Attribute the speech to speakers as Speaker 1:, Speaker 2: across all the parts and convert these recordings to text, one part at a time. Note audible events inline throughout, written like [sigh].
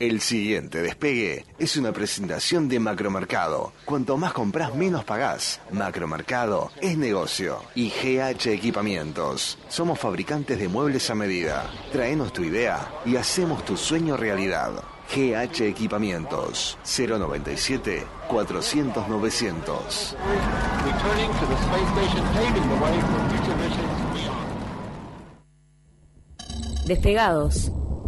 Speaker 1: El siguiente despegue es una presentación de Macromercado. Cuanto más compras, menos pagás. Macromercado es negocio. Y GH Equipamientos. Somos fabricantes de muebles a medida. Traenos tu idea y hacemos tu sueño realidad. GH Equipamientos 097 400 900.
Speaker 2: Despegados,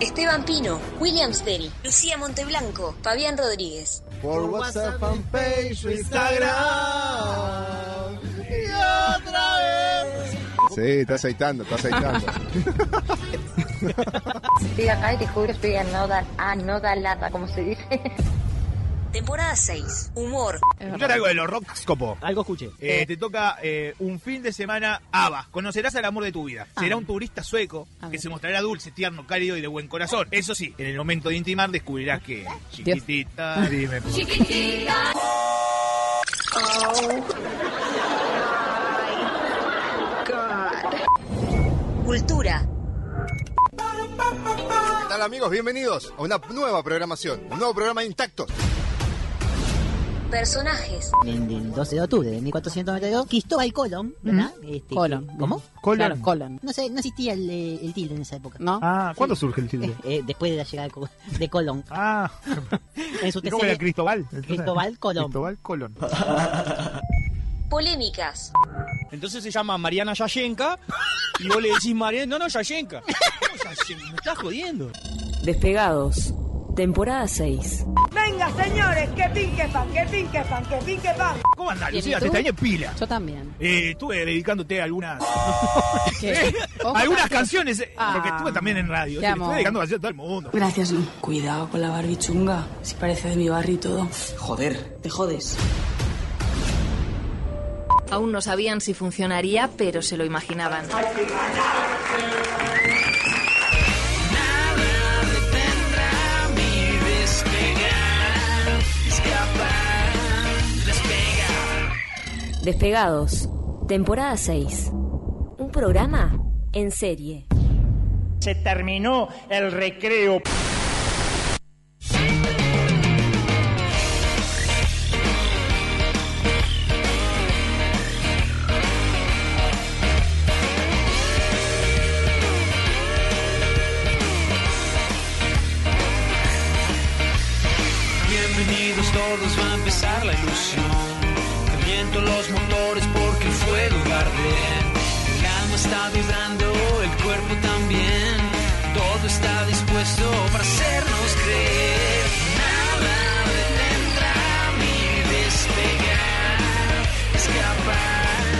Speaker 2: Esteban Pino, William Steri, Lucía Monteblanco, Fabián Rodríguez.
Speaker 3: Por WhatsApp, fanpage, Instagram. Y otra vez.
Speaker 4: Sí, está aceitando, está aceitando.
Speaker 5: [laughs] Estoy acá y te juro, estoy a no dar, a no dar lata, como se dice.
Speaker 2: Temporada 6. Humor.
Speaker 6: Escuchar algo de los rockscopo.
Speaker 7: Algo escuche.
Speaker 6: Eh, te toca eh, un fin de semana Ava. Conocerás al amor de tu vida.
Speaker 7: Ah.
Speaker 6: Será un turista sueco
Speaker 7: A
Speaker 6: que
Speaker 7: ver.
Speaker 6: se mostrará dulce, tierno, cálido y de buen corazón. Eso sí, en el momento de intimar descubrirás que chiquitita,
Speaker 8: [laughs]
Speaker 6: dime.
Speaker 3: Chiquitita.
Speaker 5: Oh.
Speaker 2: Cultura.
Speaker 4: ¿Qué tal amigos? Bienvenidos a una nueva programación, un nuevo programa de intactos.
Speaker 2: Personajes.
Speaker 9: En el 12 de octubre de 1492, Cristóbal Colón, ¿verdad? Este,
Speaker 7: Colón.
Speaker 9: ¿Cómo?
Speaker 7: Colón.
Speaker 9: Claro, Colón. No, sé, no existía el, eh, el tilde en esa época. ¿No?
Speaker 7: Ah,
Speaker 6: ¿cuándo surge el
Speaker 7: tilde?
Speaker 9: [laughs] Eh, después de la llegada de, Co- de Colón.
Speaker 6: [laughs] Ah.
Speaker 9: [laughs] En su
Speaker 6: ¿Y cómo era
Speaker 9: tercera-
Speaker 6: Cristóbal?
Speaker 9: [laughs] Cristóbal Colón.
Speaker 6: Cristóbal Colón.
Speaker 2: Polémicas.
Speaker 7: Entonces se llama Mariana Yayenka y vos le decís Mariana, no, no, Yayenka. No, Yayenka, me estás jodiendo.
Speaker 2: Despegados, temporada 6.
Speaker 8: Venga, señores, que pinque pan, que pinque pan, que pinque pan.
Speaker 6: ¿Cómo andás,
Speaker 8: Bien,
Speaker 6: Ah,
Speaker 8: ¿y
Speaker 6: Lucía? Te
Speaker 8: tú?
Speaker 6: extrañé pila.
Speaker 8: Yo también.
Speaker 6: Eh, estuve dedicándote a algunas...
Speaker 8: [laughs]
Speaker 6: [laughs]
Speaker 8: ¿Qué? Ojo,
Speaker 6: algunas
Speaker 8: Martín.
Speaker 6: canciones, eh,
Speaker 8: Ah.
Speaker 6: porque estuve también en radio.
Speaker 8: Te
Speaker 6: Sí, le
Speaker 8: amo.
Speaker 6: estuve dedicando canciones a todo el mundo.
Speaker 10: Gracias, Lu. Cuidado con la barbichunga. Si parece de mi barrio y todo.
Speaker 11: Joder.
Speaker 10: Te jodes.
Speaker 12: Aún no sabían si funcionaría, pero se lo imaginaban.
Speaker 2: Despegados, temporada 6. Un programa en serie.
Speaker 13: Se terminó el recreo.
Speaker 14: Bienvenidos todos, va a empezar la ilusión. Caliento los motores porque el fuego arde. El alma está vibrando, el cuerpo también. Todo está dispuesto para hacernos creer. Nada detendrá mi despegar, escapar.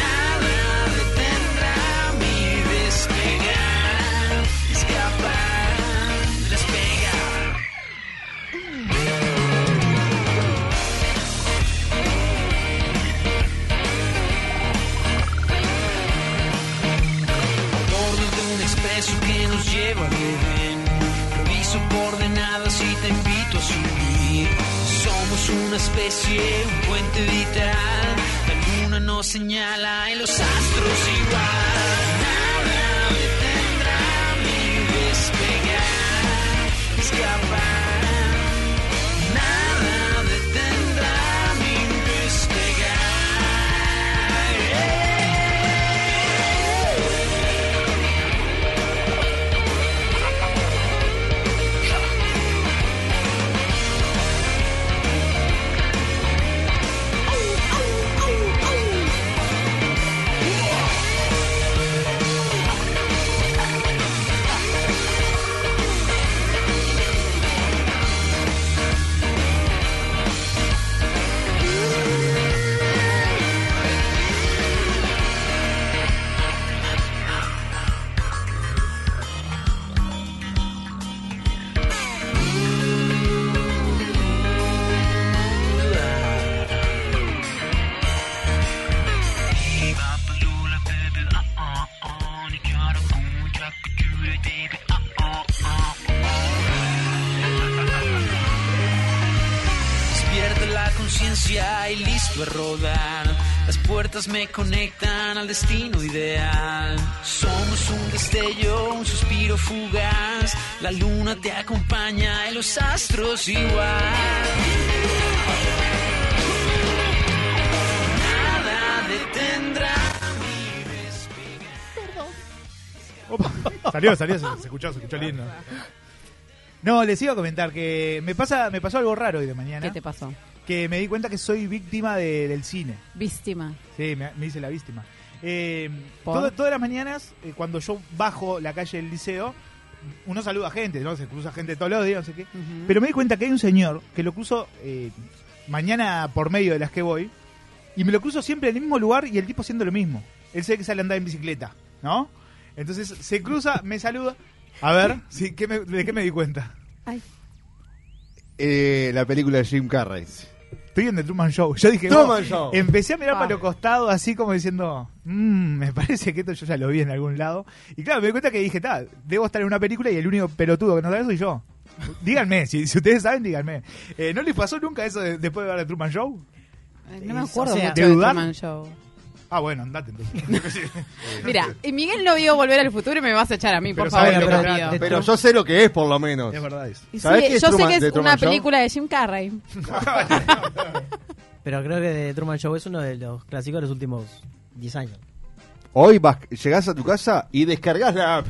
Speaker 14: Nada detendrá mi despegar, escapar, despegar. Torno de un expreso que nos lleva al Edén. Reviso coordenadas y te invito a subir. Somos una especie, un puente vital. La luna nos señala y los astros igual. Nada detendrá mi despegar, escapar. Nada detendrá mi despegar. ya y listo a rodar. Las puertas me conectan al destino ideal. Somos un destello, un suspiro fugaz. La luna te acompaña y los astros igual. Nada detendrá.
Speaker 6: [laughs] Salió, salió, se, se escuchó, se escuchó lindo.
Speaker 15: No, les iba a comentar que me pasa, me pasó algo raro hoy de mañana.
Speaker 16: ¿Qué te pasó?
Speaker 6: Que me di cuenta que soy víctima de- del cine.
Speaker 16: Víctima.
Speaker 6: Sí, me, me hice la víctima. Eh,
Speaker 16: ¿Por?
Speaker 6: todo- todas las mañanas, eh, cuando yo bajo la calle del liceo, uno saluda a gente, ¿no? Se cruza gente todos los días, no sé qué. Pero me di cuenta que hay un señor que lo cruzo eh, mañana por medio de las que voy, y me lo cruzo siempre en el mismo lugar y el tipo haciendo lo mismo. Él sabe que sale a andar en bicicleta, ¿no? Entonces se cruza, me saluda. A
Speaker 16: [laughs]
Speaker 6: ver, sí, ¿qué me- ¿de qué me di cuenta?
Speaker 1: Eh, la película de Jim Carrey.
Speaker 6: Estoy en The Truman Show. Yo dije, "Oh,
Speaker 1: Truman
Speaker 6: "Wow".
Speaker 1: Show.
Speaker 6: empecé a mirar para los costados así como diciendo, "Mm, me [laughs] parece que esto yo ya lo vi en algún lado. Y claro, me di cuenta que dije, tal, debo estar en una película y el único pelotudo que no sabe soy yo. Díganme, si, si ustedes saben, díganme. Eh, ¿No les pasó nunca eso de- después de ver The Truman Show?
Speaker 16: No me acuerdo
Speaker 6: O sea,
Speaker 16: mucho de
Speaker 6: ¿dudar?
Speaker 16: Truman Show.
Speaker 6: Ah, bueno, andate
Speaker 16: [laughs]
Speaker 6: entonces.
Speaker 16: Mira, y Miguel no vio Volver al Futuro y me vas a echar a mí, por favor.
Speaker 1: saben lo que
Speaker 16: Dios
Speaker 1: trata.
Speaker 16: mío.
Speaker 1: Pero yo sé lo que es, por lo menos. Es
Speaker 6: verdad eso.
Speaker 16: Y sí,
Speaker 1: ¿Sabés qué es
Speaker 16: yo
Speaker 1: Truman-
Speaker 16: sé que
Speaker 1: de
Speaker 16: es una
Speaker 1: Truman Show?
Speaker 16: película de
Speaker 1: [laughs]
Speaker 16: Jim Carrey.
Speaker 9: Pero creo que The Truman Show es uno de los clásicos de los últimos 10 años.
Speaker 1: Hoy vas, llegás a tu casa y descargas la app.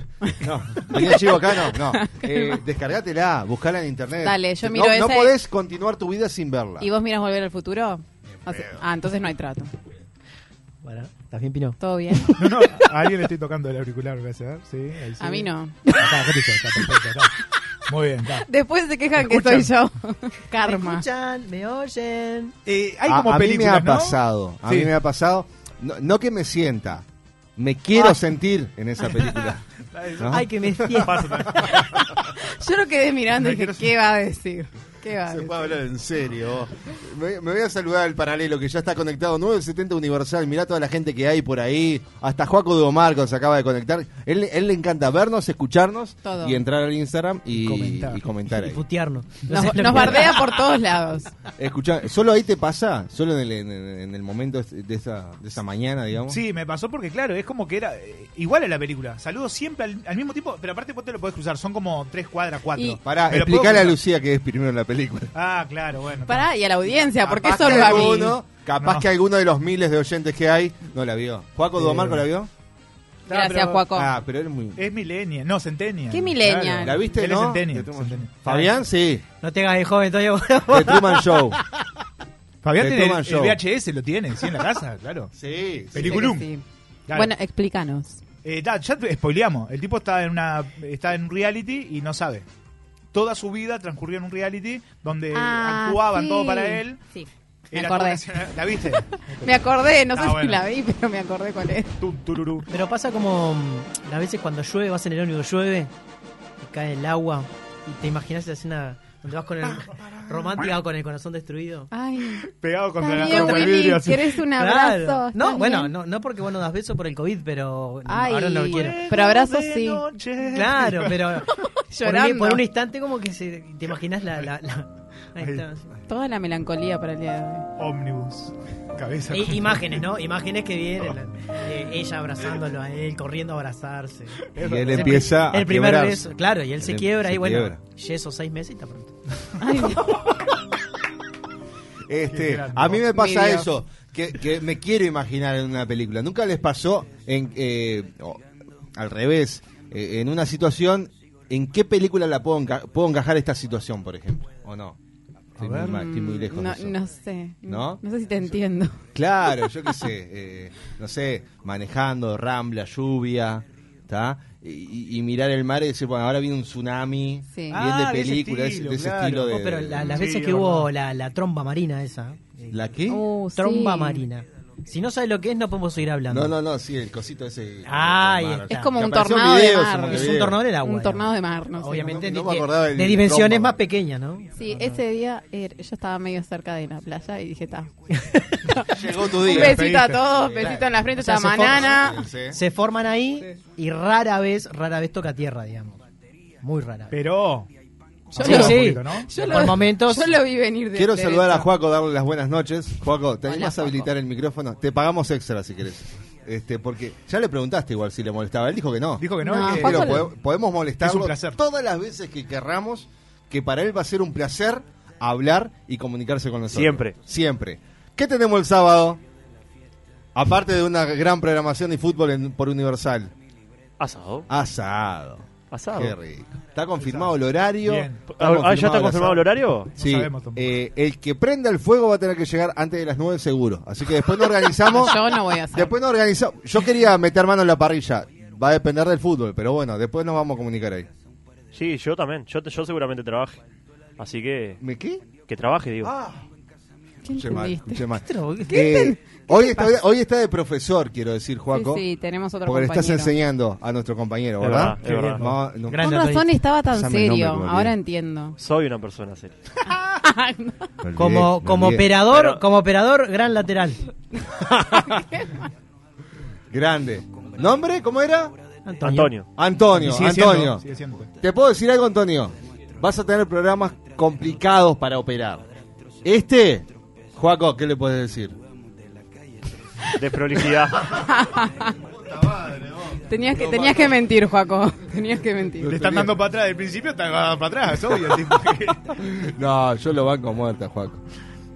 Speaker 1: No, tenía chivo acá,
Speaker 16: [laughs]
Speaker 1: no. no. Eh, descargatela, buscala en internet.
Speaker 16: Dale, yo
Speaker 1: No-
Speaker 16: miro
Speaker 1: No
Speaker 16: esa y-
Speaker 1: podés continuar tu vida sin verla.
Speaker 16: ¿Y vos miras Volver al Futuro? O sea- ah, entonces no hay trato.
Speaker 9: Bueno, también Pino.
Speaker 16: ¿Todo bien?
Speaker 6: No, no, a alguien le estoy tocando el auricular, me parece, a ver, Sí, ahí sí.
Speaker 16: A mí no.
Speaker 6: Está, está, está, perfecto, está. Muy bien, está.
Speaker 16: Después se quejan que
Speaker 6: Escuchan.
Speaker 16: soy yo.
Speaker 9: [laughs]
Speaker 16: Karma.
Speaker 9: Me escuchan, me oyen.
Speaker 6: Eh,
Speaker 1: A- a, mí me ha
Speaker 9: ¿no?
Speaker 1: pasado, a
Speaker 9: Sí.
Speaker 1: mí me ha pasado, no, no que me sienta, me quiero
Speaker 16: Ah.
Speaker 1: sentir en esa
Speaker 16: [laughs]
Speaker 1: película. ¿no?
Speaker 16: Ay, que me [laughs] Yo lo quedé mirando y dije, ¿qué va a decir? ¿Qué va a
Speaker 1: Se
Speaker 16: decir?
Speaker 1: puede hablar en serio. Me, me voy a saludar al paralelo que ya está conectado. 970 Universal. Mirá toda la gente que hay por ahí. Hasta Juaco de Omar que se acaba de conectar. Él, él le encanta vernos, escucharnos
Speaker 16: Todo.
Speaker 1: y entrar al Instagram y y comentar, ahí.
Speaker 9: putearnos.
Speaker 16: Nos, nos bardea por todos lados.
Speaker 1: [laughs] Escuchá, ¿Solo ahí te pasa? ¿Solo en el, en el- en el momento de esa, de esa mañana, digamos?
Speaker 6: Sí, me pasó porque, claro, es como que era eh, igual a la película. Saludo siempre al, al mismo tiempo, pero aparte vos te lo podés cruzar. Son como tres cuadras, cuatro.
Speaker 1: Pará,
Speaker 6: Me lo
Speaker 1: explicale
Speaker 6: puedo
Speaker 1: Ah, a Lucía que es primero en la película.
Speaker 6: cruzar. Ah, claro, bueno.
Speaker 16: Pará, y a la audiencia, ¿por qué
Speaker 6: Capaz
Speaker 16: solo
Speaker 6: que
Speaker 16: a mí?
Speaker 1: Alguno, capaz que alguno de los miles de oyentes que hay no la vio. ¿Juaco de Omarco la vio?
Speaker 16: Gracias, Juaco.
Speaker 1: Ah, pero él es muy...
Speaker 6: Es milenia, no, centenia.
Speaker 16: ¿Qué millennial?
Speaker 1: ¿La viste,
Speaker 6: Él
Speaker 1: no? [laughs]
Speaker 6: es centenia.
Speaker 1: De Truman Show. Fabián, sí.
Speaker 9: No te hagas de
Speaker 1: [laughs]
Speaker 9: joven todavía.
Speaker 1: De Truman Show.
Speaker 6: [laughs] Fabián
Speaker 1: De
Speaker 6: tiene el,
Speaker 1: Truman
Speaker 6: el
Speaker 1: Show.
Speaker 6: VHS, lo tiene, sí, en la casa, [laughs] claro.
Speaker 1: Sí.
Speaker 6: Peliculum.
Speaker 16: Sí que sí.
Speaker 6: Claro.
Speaker 16: Bueno, explícanos.
Speaker 6: Eh, ta, ya te- spoileamos. El tipo está en una está en un reality y no sabe. Toda su vida transcurrió en un reality donde
Speaker 16: Ah,
Speaker 6: Eh, actuaban
Speaker 16: sí.
Speaker 6: todo para él.
Speaker 16: Sí. Me
Speaker 6: Era
Speaker 16: acordé.
Speaker 6: todo una- ¿La viste?
Speaker 16: [laughs] Me acordé, no sé
Speaker 9: Ah,
Speaker 16: si
Speaker 9: bueno.
Speaker 16: la vi, pero me acordé cuál es.
Speaker 9: Pero pasa como mm, las veces cuando llueve, vas en el ómnibus, llueve y cae el agua y te imaginas la escena donde vas con el romántica con el corazón destruido.
Speaker 16: Ay.
Speaker 6: Pegado
Speaker 16: contra Ah, Está la- bien, contra el Willy, vidrio, así. ¿querés un abrazo? Está
Speaker 9: No,
Speaker 16: bien.
Speaker 9: bueno, no, no porque vos no das beso por el COVID, pero
Speaker 16: Ay,
Speaker 9: ahora no lo quiero.
Speaker 16: pero abrazos sí.
Speaker 9: [laughs] Claro, pero por,
Speaker 16: Llorando.
Speaker 9: un, por un instante como que se, te imaginas la... la- la- ahí está.
Speaker 16: Toda la melancolía para el día de hoy.
Speaker 6: Ómnibus. Cabeza.
Speaker 9: I- imágenes, ¿no? Imágenes que vienen. eh, ella abrazándolo a él, corriendo a abrazarse.
Speaker 1: Y él empieza
Speaker 9: El
Speaker 1: a
Speaker 9: primer
Speaker 1: quebrarse.
Speaker 9: beso, claro, y él se
Speaker 1: Él
Speaker 9: quiebra
Speaker 1: se
Speaker 9: y bueno,
Speaker 1: quiebra.
Speaker 9: yeso seis meses y está pronto.
Speaker 6: Qué
Speaker 1: Este,
Speaker 6: grande.
Speaker 1: a mí me pasa
Speaker 6: Media.
Speaker 1: eso, que, que me quiero imaginar en una película. Nunca les pasó en eh, o, al revés, eh, en una situación, ¿en qué película la puedo, enca- puedo encajar esta situación, por ejemplo? ¿O no? Estoy, muy, mal, estoy
Speaker 17: mm,
Speaker 1: muy lejos. de
Speaker 16: Mm, No,
Speaker 1: eso.
Speaker 16: no sé.
Speaker 1: ¿No?
Speaker 16: No sé si te entiendo.
Speaker 1: Claro, yo qué sé, eh, no sé, manejando, rambla, lluvia, ¿está? Y, y- y mirar el mar y decir, bueno, ahora viene un tsunami, bien
Speaker 9: Ah,
Speaker 1: de
Speaker 9: de ese
Speaker 1: película, de ese,
Speaker 9: estilo,
Speaker 1: de ese
Speaker 9: claro.
Speaker 1: estilo de...
Speaker 9: Oh, pero la- las
Speaker 1: Sí,
Speaker 9: veces que
Speaker 1: es
Speaker 9: hubo
Speaker 1: verdad.
Speaker 9: la, la tromba marina esa. ¿eh?
Speaker 1: ¿La qué?
Speaker 9: tromba
Speaker 16: Uh, sí.
Speaker 9: marina. Si no sabes lo que es, no podemos seguir hablando. Ah,
Speaker 1: No, no, no, sí, el cosito ese...
Speaker 9: Ay,
Speaker 1: del mar.
Speaker 16: Es como
Speaker 1: Que
Speaker 16: un
Speaker 1: apareció
Speaker 16: tornado
Speaker 1: video,
Speaker 16: de mar.
Speaker 1: se me
Speaker 9: Es
Speaker 1: olvidó.
Speaker 9: un tornado del agua.
Speaker 16: Un tornado de mar, no sé.
Speaker 9: Obviamente
Speaker 1: No
Speaker 9: de,
Speaker 1: me acordaba del
Speaker 9: de dimensiones
Speaker 1: tromba.
Speaker 9: más pequeñas, ¿no?
Speaker 16: Sí, ese día eh, yo estaba medio cerca de la playa y dije, ta.
Speaker 1: Llegó
Speaker 9: tu día.
Speaker 16: Un besito a
Speaker 9: Despediste.
Speaker 16: todos,
Speaker 9: Sí.
Speaker 16: besito en la frente,
Speaker 9: O sea,
Speaker 16: está
Speaker 9: se forma-
Speaker 16: manana.
Speaker 9: Se forman ahí y rara vez, rara vez toca tierra, digamos. Muy rara.
Speaker 6: Pero
Speaker 16: Yo
Speaker 9: sí,
Speaker 16: lo-
Speaker 9: sí.
Speaker 16: poquito, ¿no?
Speaker 9: Yo
Speaker 16: Por
Speaker 9: lo-
Speaker 16: momentos- yo lo vi venir de-
Speaker 1: Quiero
Speaker 16: de
Speaker 1: saludar
Speaker 16: eso.
Speaker 1: a Juaco, darle las buenas noches. Juaco, ¿te
Speaker 16: Hola,
Speaker 1: animás a
Speaker 16: Juaco.
Speaker 1: habilitar el micrófono? Te pagamos extra si querés. Este, porque ya le preguntaste igual si le molestaba. Él dijo que no.
Speaker 6: Dijo que no, No, que-
Speaker 1: Pero
Speaker 6: Juaco
Speaker 1: pode-
Speaker 6: le-
Speaker 1: podemos molestarlo
Speaker 6: es un placer.
Speaker 1: todas las veces que querramos, que para él va a ser un placer hablar y comunicarse con nosotros.
Speaker 18: Siempre.
Speaker 1: Siempre. ¿Qué tenemos el sábado? Aparte de una gran programación y fútbol en- por Universal.
Speaker 18: Asado.
Speaker 1: Asado.
Speaker 9: Ah,
Speaker 18: Asado.
Speaker 1: Qué rico. Está confirmado el horario.
Speaker 18: Bien. Ah, ¿ya está confirmado el horario? No
Speaker 1: Sí.
Speaker 18: sabemos tampoco.
Speaker 1: Eh, el que prenda el fuego va a tener que llegar antes de las 9 seguro. Así que después no organizamos.
Speaker 16: [laughs] Yo no voy a hacer.
Speaker 1: Después no organizamos. Yo quería meter mano en la parrilla. Va a depender del fútbol, pero bueno, después nos vamos a comunicar ahí.
Speaker 18: Sí, yo también. Yo, te- yo seguramente trabaje. Así que.
Speaker 1: ¿Me qué? Ah.
Speaker 18: Que trabaje, digo.
Speaker 1: Escuché mal,
Speaker 18: entendiste?
Speaker 1: escuché mal.
Speaker 18: ¿Qué tra-
Speaker 1: Eh,
Speaker 18: qué te-
Speaker 1: hoy,
Speaker 18: qué te
Speaker 1: está,
Speaker 18: pasa?
Speaker 1: hoy está de profesor, quiero decir, Juaco.
Speaker 16: Sí, sí, tenemos otro
Speaker 1: Porque le
Speaker 16: compañero.
Speaker 1: estás enseñando a nuestro compañero,
Speaker 18: Es
Speaker 1: ¿verdad?
Speaker 18: verdad, es verdad.
Speaker 1: Vamos a- no-
Speaker 16: Con razón estaba tan
Speaker 1: Pásame el nombre
Speaker 16: serio.
Speaker 1: que me olvidé.
Speaker 16: Ahora entiendo.
Speaker 18: Soy una persona seria.
Speaker 16: Me
Speaker 1: olvidé,
Speaker 9: Como,
Speaker 1: me
Speaker 9: como
Speaker 1: olvidé.
Speaker 9: operador,
Speaker 1: Pero-
Speaker 9: como operador, gran lateral.
Speaker 1: Grande. ¿Nombre? ¿Cómo era?
Speaker 9: Antonio.
Speaker 1: Antonio,
Speaker 6: Y sigue siendo,
Speaker 1: Antonio.
Speaker 6: sigue siendo.
Speaker 1: Te puedo decir algo, Antonio. Vas a tener programas complicados para operar. Este, Juaco, ¿qué le puedes decir?
Speaker 18: De prolijidad.
Speaker 16: Tenías que, tenías que mentir, Juaco. [laughs] Tenías que mentir.
Speaker 6: Le están dando para atrás. Del principio están dando para atrás, es obvio. el tipo que-
Speaker 1: [laughs] No, yo lo banco a muerta, Juaco.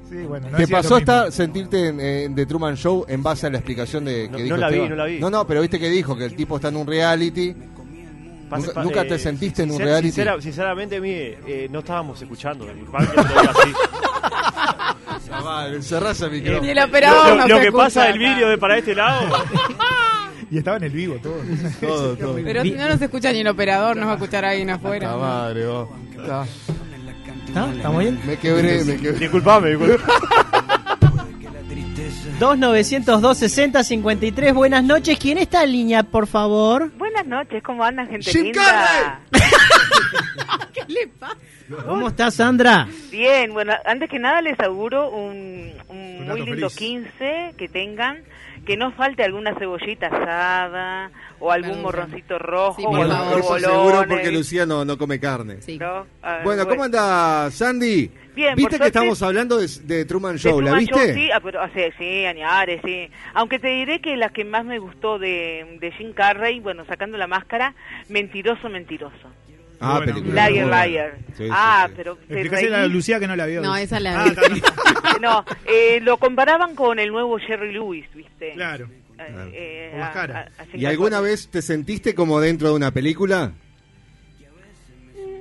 Speaker 6: Sí, bueno, no
Speaker 1: ¿Te
Speaker 6: hacía lo
Speaker 1: pasó
Speaker 6: mismo.
Speaker 1: hasta sentirte en, en The Truman Show en base a la explicación de, que
Speaker 18: No-
Speaker 1: dijo
Speaker 18: no la vi,
Speaker 1: Esteban?
Speaker 18: no la vi.
Speaker 1: No, no, pero viste que dijo que el tipo está en un reality.
Speaker 18: Pase-
Speaker 1: ¿Nunca,
Speaker 18: pa-
Speaker 1: nunca
Speaker 18: eh,
Speaker 1: te sentiste en un
Speaker 18: sincer-
Speaker 1: reality?
Speaker 18: sincera- sinceramente, mire, eh, no estábamos escuchando. disculpame que lo diga así.
Speaker 1: Chaval, encerrás el micrófono.
Speaker 16: Ni el operador
Speaker 18: Lo,
Speaker 16: no
Speaker 18: lo
Speaker 16: se
Speaker 18: que pasa
Speaker 16: escucha
Speaker 18: el vídeo de para este lado.
Speaker 6: [laughs] Y estaba en el vivo todo. [laughs]
Speaker 1: todo, todo.
Speaker 16: Pero si no nos escucha ni el operador, nos va a escuchar alguien afuera.
Speaker 1: La madre, vos. Está.
Speaker 9: Ah. ¿Está? ¿Estamos bien?
Speaker 1: Me quebré, me quebré.
Speaker 18: Disculpame, disculpame.
Speaker 9: 2902 60 53 buenas noches. ¿Quién está en línea, por favor?
Speaker 19: Buenas noches, ¿cómo andan, gente
Speaker 9: Jim
Speaker 19: linda?
Speaker 16: ¿Qué le pasa?
Speaker 9: ¿Cómo está Sandra?
Speaker 19: Bien, bueno, antes que nada les auguro un, un
Speaker 9: Un
Speaker 19: muy
Speaker 9: rato
Speaker 19: lindo
Speaker 9: feliz.
Speaker 19: 15 que tengan, que no falte alguna cebollita asada o algún morroncito rojo o
Speaker 1: Bueno,
Speaker 19: algunos
Speaker 1: eso seguro
Speaker 19: bolones,
Speaker 1: porque Lucía no, no come carne.
Speaker 19: ¿no? Ah,
Speaker 1: Bueno, ¿cómo anda Sandy?
Speaker 19: Bien, por
Speaker 1: ¿Viste que
Speaker 19: suerte-
Speaker 1: estamos hablando de, de Truman
Speaker 19: de
Speaker 1: Show? ¿La
Speaker 19: Truman
Speaker 1: viste?
Speaker 19: Show, sí, ah, pero, o sea, sí, Añares, sí. Aunque te diré que la que más me gustó de, de Jim Carrey, bueno, sacando la máscara, Mentiroso, Mentiroso.
Speaker 1: Ah,
Speaker 6: Bueno,
Speaker 1: película.
Speaker 19: Liar,
Speaker 1: muy buena.
Speaker 19: liar.
Speaker 1: Sí, sí,
Speaker 19: ah, pero... te
Speaker 6: Explicásela a
Speaker 19: reí.
Speaker 6: Lucía que no la vio.
Speaker 16: No, esa la
Speaker 6: Ah,
Speaker 16: vi.
Speaker 6: está
Speaker 19: [laughs] No, eh, lo comparaban con el nuevo Jerry Lewis, ¿viste? Eh, Claro.
Speaker 1: ¿Y alguna vez te sentiste como dentro de una película?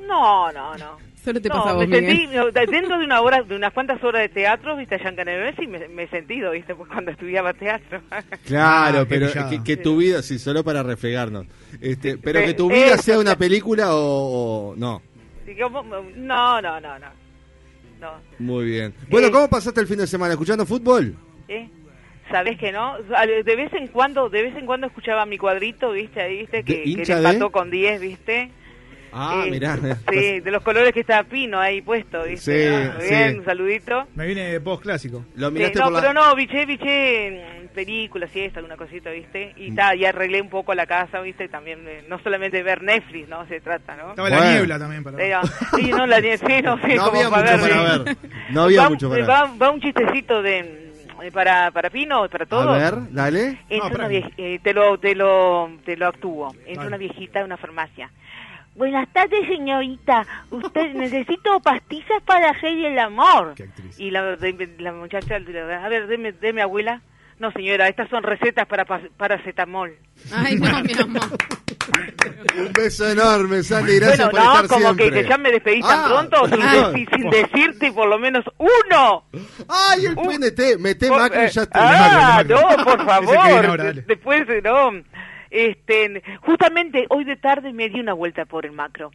Speaker 19: No, no, no.
Speaker 16: Solo te
Speaker 19: No,
Speaker 16: pasa a vos,
Speaker 19: me sentí,
Speaker 16: Miguel.
Speaker 19: no, de- dentro de una hora, de unas cuantas horas de teatro, viste, allá en Canelones, y me, me he sentido, viste, pues cuando estudiaba teatro. [laughs]
Speaker 1: Claro,
Speaker 19: Ah, qué
Speaker 1: pero
Speaker 19: pillada.
Speaker 1: que, que tu vida, sí, solo para refregarnos. Este, pero que tu
Speaker 19: Eh,
Speaker 1: vida
Speaker 19: eh,
Speaker 1: sea una película o, o no.
Speaker 19: Así que, mo- mo- No, no, no, no. No,
Speaker 1: Muy bien. Bueno, ¿cómo pasaste el fin de semana? ¿Escuchando fútbol?
Speaker 19: ¿eh? ¿Sabés que no? Al- De vez en cuando, de vez en cuando escuchaba mi cuadrito, viste, ahí, viste, que,
Speaker 1: ¿De
Speaker 19: que le
Speaker 1: hincha de?
Speaker 19: empató con 10, viste.
Speaker 1: Ah,
Speaker 19: Eh,
Speaker 3: [laughs]
Speaker 1: mirá. [laughs]
Speaker 19: Sí, de los colores que está Pino ahí puesto, viste.
Speaker 1: Sí,
Speaker 19: Ah, muy
Speaker 1: sí.
Speaker 19: bien, un saludito.
Speaker 6: Me viene post clásico.
Speaker 1: Lo
Speaker 19: Sí, no, pero no, biché, biché mm, películas y esta, alguna cosita, ¿viste?
Speaker 1: Mm.
Speaker 19: Y ta, y arreglé un poco la casa, ¿viste? También, eh, no solamente ver Netflix, ¿no? Se trata, ¿no?
Speaker 6: Estaba la niebla también para
Speaker 19: Pero- sí, no, la nie- sí, no, sí,
Speaker 1: No
Speaker 19: como
Speaker 1: había
Speaker 19: para
Speaker 1: mucho
Speaker 19: ver,
Speaker 1: para
Speaker 19: sí.
Speaker 1: ver. No había
Speaker 19: va,
Speaker 1: mucho
Speaker 19: eh,
Speaker 1: para ver.
Speaker 19: va, va un chistecito de... mm, eh, Para, para Pino, para
Speaker 1: A
Speaker 19: todos.
Speaker 1: ver, dale.
Speaker 19: Entra una vie- eh, te, lo, te, lo, te lo actúo. Entra
Speaker 1: Dale.
Speaker 19: una viejita de una farmacia. Buenas tardes, señorita. Usted necesito pastillas para hacer el amor. Y la, de- la muchacha, le da, a ver, deme, deme, abuela. No, señora, estas son recetas para pas- paracetamol.
Speaker 16: Ay, no, mi amor.
Speaker 1: Un beso enorme, Sandy. Gracias
Speaker 19: bueno,
Speaker 1: por
Speaker 19: no,
Speaker 1: estar
Speaker 19: como
Speaker 1: siempre.
Speaker 19: que ya me despedí tan
Speaker 1: Ah, [laughs]
Speaker 19: pronto sin,
Speaker 1: perdón.
Speaker 19: deci- sin decirte por lo menos uno.
Speaker 1: ¡Ay, el PNT! Meté
Speaker 19: Por-
Speaker 1: Macri y ya
Speaker 19: eh,
Speaker 1: está.
Speaker 19: Ah,
Speaker 1: Macri, [laughs] Macri.
Speaker 19: no, por
Speaker 1: Ese que viene ahora,
Speaker 19: favor.
Speaker 1: dale.
Speaker 19: Después, eh, no. Este, justamente hoy de tarde me di una vuelta por el macro.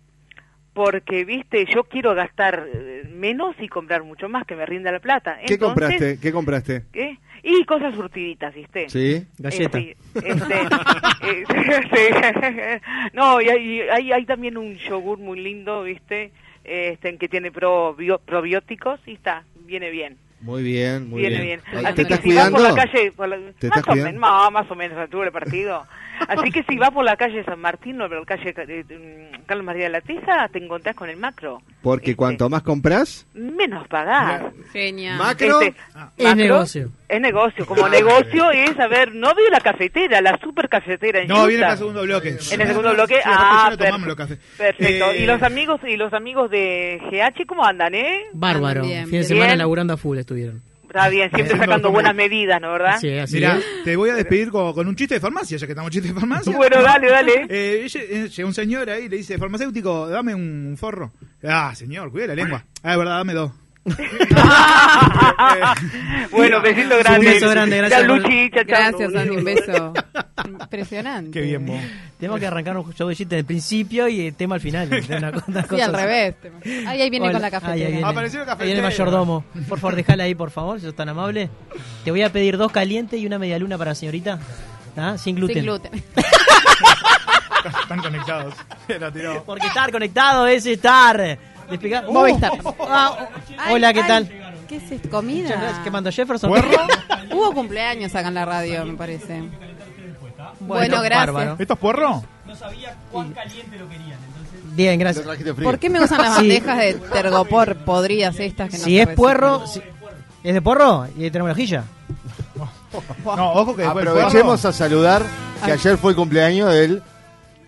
Speaker 19: Porque, viste, yo quiero gastar eh, menos y comprar mucho más, que me rinda la plata.
Speaker 1: ¿Qué
Speaker 19: Entonces,
Speaker 1: compraste? ¿Qué compraste?
Speaker 19: ¿qué? Y cosas surtiditas, viste.
Speaker 1: Sí.
Speaker 19: Galleta. Este, eh, sí. [laughs] no, y hay, hay, hay también un yogur muy lindo, viste, este, en que tiene probio- probióticos y está, viene bien.
Speaker 1: Muy bien, muy
Speaker 19: Viene
Speaker 1: bien.
Speaker 19: bien.
Speaker 1: Ay,
Speaker 19: Así
Speaker 1: ¿Te
Speaker 19: que
Speaker 1: estás
Speaker 19: si vas
Speaker 1: cuidando?
Speaker 19: por la calle, por la-
Speaker 1: ¿Te
Speaker 19: más,
Speaker 1: estás
Speaker 19: o
Speaker 1: cuidando?
Speaker 19: menos, no, más o menos, altura del partido. Así que si vas por la calle San Martín o por la calle eh, Carlos María de la Tiza, te encontrás con el macro.
Speaker 1: Porque cuanto más compras,
Speaker 19: Menos pagás.
Speaker 16: Genial.
Speaker 1: Macro.
Speaker 19: Este,
Speaker 1: Ah.
Speaker 19: macro
Speaker 1: Es negocio.
Speaker 19: Es negocio. Como negocio es, a ver, no veo la cafetera, la super cafetera. en
Speaker 6: No, viene
Speaker 19: Utah.
Speaker 6: para el segundo bloque.
Speaker 19: En el segundo bloque,
Speaker 6: Sí,
Speaker 19: ah,
Speaker 6: después ya no
Speaker 19: per-
Speaker 6: tomamos los cafés.
Speaker 19: perfecto.
Speaker 6: Eh,
Speaker 19: ¿Y los amigos y los amigos de GH cómo andan, eh?
Speaker 9: Bárbaro. fin
Speaker 19: Bien,
Speaker 9: de
Speaker 19: bien.
Speaker 9: semana
Speaker 19: Bien.
Speaker 9: laburando a full estuvieron.
Speaker 19: Está bien, siempre
Speaker 6: Haciendo
Speaker 19: sacando
Speaker 6: los
Speaker 19: buenas medidas, ¿no verdad?
Speaker 9: Sí, así
Speaker 6: Mirá,
Speaker 9: es.
Speaker 6: te voy a despedir con, con un chiste de farmacia, ya que estamos chiste de farmacia.
Speaker 19: Bueno, dale, dale.
Speaker 6: [laughs] Eh, lle- eh, llega un señor ahí y le dice, farmacéutico, dame un, un forro. Ah, señor, cuide la lengua. Ah, es verdad, dame dos.
Speaker 19: [laughs] Ah,
Speaker 6: Eh,
Speaker 19: Bueno, besito grande.
Speaker 6: Un beso grande, gracias
Speaker 19: Chao,
Speaker 6: por-
Speaker 19: Luchi, chao, chao.
Speaker 16: Gracias, Andy,
Speaker 19: [laughs]
Speaker 16: un beso. Impresionante.
Speaker 6: Qué bien, vos.
Speaker 9: Tenemos que arrancar un show de chiste del principio y el tema
Speaker 6: [laughs]
Speaker 9: al final. Una co- una
Speaker 16: Sí,
Speaker 9: cosa
Speaker 16: al
Speaker 9: así.
Speaker 16: revés. Ahí, ahí viene
Speaker 9: Hola.
Speaker 16: con la cafetera.
Speaker 9: Ahí, ahí viene.
Speaker 6: Apareció la
Speaker 9: Ahí viene el
Speaker 6: cafetera.
Speaker 9: mayordomo. Por favor, dejala ahí, por favor, si sos tan amable. Te voy a pedir dos calientes y una medialuna para la señorita. ¿Ah? Sin gluten. [laughs]
Speaker 16: Sin gluten.
Speaker 6: Están conectados. La tiró.
Speaker 9: Porque estar conectado es estar. ¿Le explica?
Speaker 16: [laughs] Movistar.
Speaker 9: Uh. Ah, oh, hola, ¿qué
Speaker 16: Ay,
Speaker 9: tal?
Speaker 16: ay, ¿Qué es esto?
Speaker 9: Muchas
Speaker 16: ¿Comida?
Speaker 9: gracias. ¿Qué mandó Jefferson?
Speaker 16: [laughs] Hubo cumpleaños acá en la radio, me parece. Bueno, gracias.
Speaker 9: bárbaro.
Speaker 6: ¿Esto es porro?
Speaker 9: Bien, gracias.
Speaker 16: ¿Por qué me usan las
Speaker 9: Sí.
Speaker 16: bandejas de tergopor podridas estas que no
Speaker 9: Si
Speaker 16: se
Speaker 9: es
Speaker 16: reciben?
Speaker 9: puerro, si- uh. ¿es de porro? Y tenemos la hojilla.
Speaker 6: No, ojo que después el
Speaker 1: aprovechemos
Speaker 6: porro-
Speaker 1: a saludar que ayer fue el cumpleaños del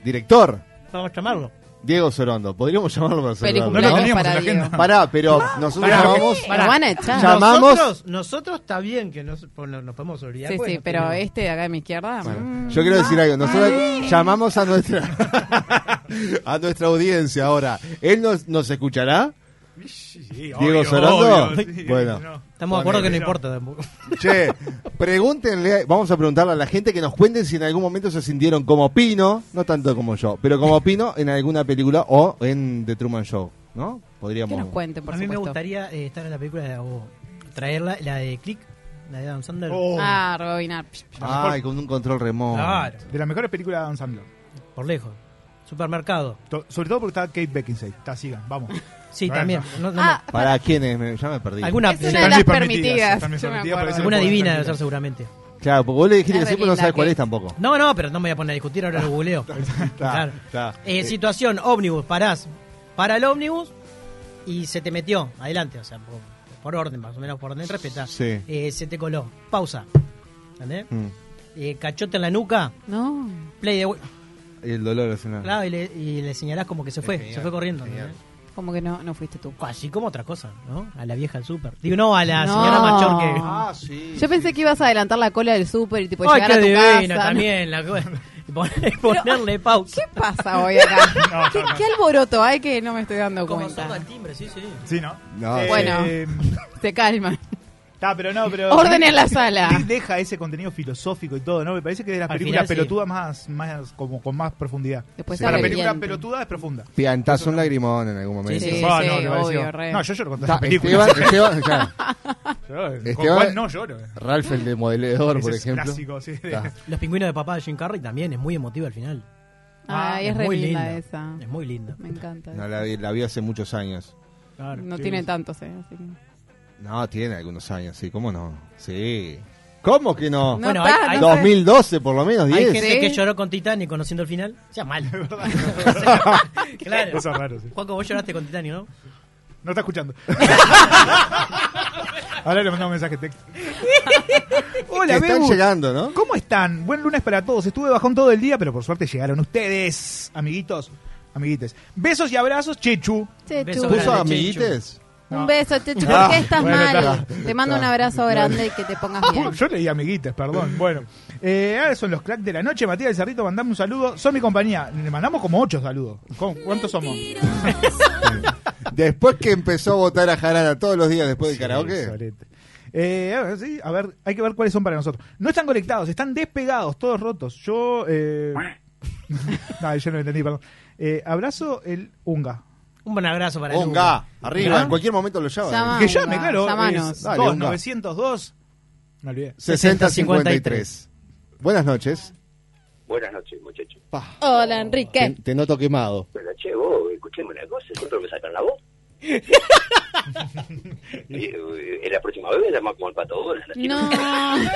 Speaker 1: director,
Speaker 9: Vamos a llamarlo.
Speaker 1: Diego Sorondo. Podríamos llamarlo para
Speaker 9: Feliz
Speaker 1: saludarlo.
Speaker 9: cumpleaños No lo teníamos
Speaker 16: para en la Diego. agenda.
Speaker 1: Pará, pero nosotros
Speaker 9: Pará,
Speaker 1: llamamos...
Speaker 16: Nos van a echar.
Speaker 1: Llamamos...
Speaker 9: Nosotros, nosotros está bien que nos, pues, no- nos podemos olvidar.
Speaker 16: Sí,
Speaker 9: pues,
Speaker 16: sí,
Speaker 9: no
Speaker 16: pero
Speaker 9: tenemos-
Speaker 16: este de acá de mi izquierda. mm.
Speaker 1: Yo quiero decir algo. Nosotros llamamos a nuestra [laughs] a nuestra audiencia ahora. ¿Él nos, nos escuchará? Diego
Speaker 9: obvio,
Speaker 1: Sorondo.
Speaker 9: obvio,
Speaker 16: [laughs]
Speaker 9: sí,
Speaker 1: bueno.
Speaker 9: Estamos de acuerdo que no importa tampoco.
Speaker 1: Che, pregúntenle, vamos a preguntarle a la gente que nos cuenten si en algún momento se sintieron como Pino, no tanto como yo, pero como Pino en alguna película o en The Truman Show, ¿no? Podríamos.
Speaker 16: cuenten, por
Speaker 9: A mí me
Speaker 16: supuesto.
Speaker 9: gustaría eh, estar en la película de, o traerla, la de Click, la de Adam Sandler.
Speaker 1: Oh.
Speaker 16: Ah, rebobinar.
Speaker 1: Ay, con un control remoto.
Speaker 16: Ah.
Speaker 9: Claro,
Speaker 6: De las mejores películas de Adam Sandler.
Speaker 9: por lejos. Supermercado.
Speaker 6: To- Sobre todo porque está Kate Beckinsale. Está sigan, vamos.
Speaker 9: Sí,
Speaker 6: Bueno.
Speaker 9: también. No, no,
Speaker 16: Ah,
Speaker 9: no.
Speaker 1: ¿Para quiénes? Me- Ya me perdí.
Speaker 9: Alguna,
Speaker 6: Es una de las permitidas,
Speaker 16: yo me
Speaker 6: acuerdo.
Speaker 9: alguna
Speaker 6: pueden
Speaker 9: divina
Speaker 6: tranquilos.
Speaker 9: debe ser seguramente.
Speaker 1: Claro, porque vos le dijiste
Speaker 16: Es
Speaker 1: que
Speaker 16: re
Speaker 1: sí, pero no
Speaker 16: linda
Speaker 1: sabes cuál
Speaker 16: que-
Speaker 1: es tampoco.
Speaker 9: No, no, pero no me voy a poner a discutir, ahora
Speaker 1: [laughs]
Speaker 9: lo googleo. Claro.
Speaker 1: Está.
Speaker 9: Eh, situación, ómnibus, parás. Para el ómnibus y se te metió. Adelante, o sea, por, por orden, más o menos por orden, respetá.
Speaker 1: Sí.
Speaker 9: Eh, se te coló. Pausa. ¿Entendés?
Speaker 1: Mm.
Speaker 9: Eh, cachote en la nuca,
Speaker 16: No.
Speaker 9: play de vuelta.
Speaker 1: Mm. El dolor es una.
Speaker 9: Claro, y le, y le señalás como que se fue, se fue corriendo. ¿entendés?
Speaker 16: Como que no, no fuiste tú.
Speaker 9: Así como otra cosa, ¿no? A la vieja del súper. Digo, no, a la
Speaker 16: No.
Speaker 9: señora Machón que...
Speaker 1: Ah, sí.
Speaker 16: Yo pensé que ibas a adelantar la cola del súper y tipo
Speaker 9: Ay,
Speaker 16: Pues llegar a
Speaker 9: qué
Speaker 16: tu
Speaker 9: divina
Speaker 16: casa.
Speaker 9: también. La, [laughs] poner- ponerle pausa.
Speaker 16: ¿Qué [laughs] pasa
Speaker 9: [laughs]
Speaker 16: hoy acá? [laughs] ¿Qué, qué alboroto hay que no me estoy dando
Speaker 9: Como
Speaker 16: cuenta?
Speaker 9: sonda al timbre, sí, sí.
Speaker 6: Sí, ¿no?
Speaker 1: No,
Speaker 16: Bueno.
Speaker 6: Eh,
Speaker 16: Se calman.
Speaker 6: Está, pero no, pero.
Speaker 16: Orden en la sala.
Speaker 6: Sí, Deja ese contenido filosófico y todo, ¿no? Me parece que es de las
Speaker 9: Al
Speaker 6: películas
Speaker 9: final, sí.
Speaker 6: pelotudas más, más, como con más profundidad.
Speaker 16: Después
Speaker 6: Para
Speaker 1: se
Speaker 6: la película
Speaker 16: revienten.
Speaker 6: pelotuda es profunda.
Speaker 1: Piantás un lagrimón en algún momento.
Speaker 16: Sí,
Speaker 6: Ah,
Speaker 16: sí,
Speaker 6: no, no,
Speaker 16: obvio,
Speaker 6: no,
Speaker 16: re.
Speaker 6: no, yo lloro con todas
Speaker 1: Está,
Speaker 6: las
Speaker 1: Esteban,
Speaker 6: películas.
Speaker 1: Esteban, claro.
Speaker 6: [laughs] Yo, con
Speaker 1: Esteban-
Speaker 6: Juan no lloro.
Speaker 1: Ralph el demoledor,
Speaker 6: Ese
Speaker 1: por
Speaker 6: es
Speaker 1: ejemplo. Ah.
Speaker 6: clásico, sí.
Speaker 1: Está.
Speaker 9: Los pingüinos de papá de Jim Carrey también es muy emotivo al final.
Speaker 16: Ay,
Speaker 9: Ah,
Speaker 16: es,
Speaker 9: es
Speaker 16: re
Speaker 9: muy
Speaker 16: linda
Speaker 9: linda.
Speaker 16: esa.
Speaker 9: Es muy linda.
Speaker 16: Me encanta.
Speaker 1: No, la vi, la vi hace muchos años.
Speaker 16: No tiene tantos, eh. Así que...
Speaker 1: No, tiene algunos años, sí, ¿cómo no? Sí. ¿Cómo que no?
Speaker 16: No,
Speaker 9: Bueno,
Speaker 16: pa,
Speaker 9: hay- hay-
Speaker 1: Ah,
Speaker 16: no sé.
Speaker 1: 2012 por lo menos,
Speaker 9: Hay
Speaker 1: 10.
Speaker 9: gente
Speaker 16: Sí.
Speaker 9: que lloró con Titanic conociendo el final. Ya
Speaker 6: [laughs]
Speaker 9: mal. [laughs] claro.
Speaker 6: Eso es raro, sí.
Speaker 9: Juaco, vos lloraste con Titanic, ¿no?
Speaker 6: No está
Speaker 9: [laughs]
Speaker 6: escuchando. Ahora le mandamos un mensaje texto. Hola,
Speaker 1: Que están
Speaker 6: Bebu.
Speaker 1: llegando, ¿no?
Speaker 6: ¿Cómo están? Buen lunes para todos. Estuve bajón todo el día, pero por suerte llegaron ustedes, amiguitos, amiguites. Besos y abrazos, Chechu.
Speaker 16: Chechu.
Speaker 9: Beso
Speaker 1: ¿Puso
Speaker 9: grande,
Speaker 1: amiguites?
Speaker 6: No.
Speaker 16: Un beso, Chechu,
Speaker 6: Ah,
Speaker 16: porque estás
Speaker 6: bueno,
Speaker 16: mal.
Speaker 6: está.
Speaker 16: Te mando un abrazo grande y que te pongas bien.
Speaker 6: Pu- Ah, [laughs] Yo leí amiguites, perdón. Bueno, eh, ahora son los cracks de la noche. Matías del Cerrito, mandame un saludo. Son mi compañía. Le mandamos como ocho saludos. ¿Cómo- ¿Cuántos somos?
Speaker 1: Después que empezó a votar a Jarana todos los días después del karaoke.
Speaker 6: Sí, sorete. Eh, a, ver, sí, a ver, hay que ver cuáles son para nosotros. No están conectados, están despegados, todos rotos. Yo. Eh... [laughs] no, yo no entendí, perdón. Eh, abrazo el Unga.
Speaker 9: Un buen abrazo para el
Speaker 1: Onga,
Speaker 9: Hugo.
Speaker 1: arriba,
Speaker 9: ¿Verdad?
Speaker 1: en cualquier momento lo llaman.
Speaker 16: Llama.
Speaker 6: que
Speaker 16: Unga,
Speaker 6: llame, claro.
Speaker 16: llámanos.
Speaker 6: Es
Speaker 1: Dale,
Speaker 6: 2,
Speaker 1: Unga.
Speaker 6: 902. Me olvidé.
Speaker 1: 6053. Buenas noches.
Speaker 20: [laughs] Buenas noches, muchachos.
Speaker 1: Pa,
Speaker 16: Hola,
Speaker 1: te,
Speaker 16: Enrique.
Speaker 1: te noto quemado.
Speaker 20: Pero che, vos, escuchemos una cosa, nosotros me sacan la [laughs] voz. Y, eh, la próxima vez me llaman como el pato Donald, así,
Speaker 16: No.
Speaker 20: ya,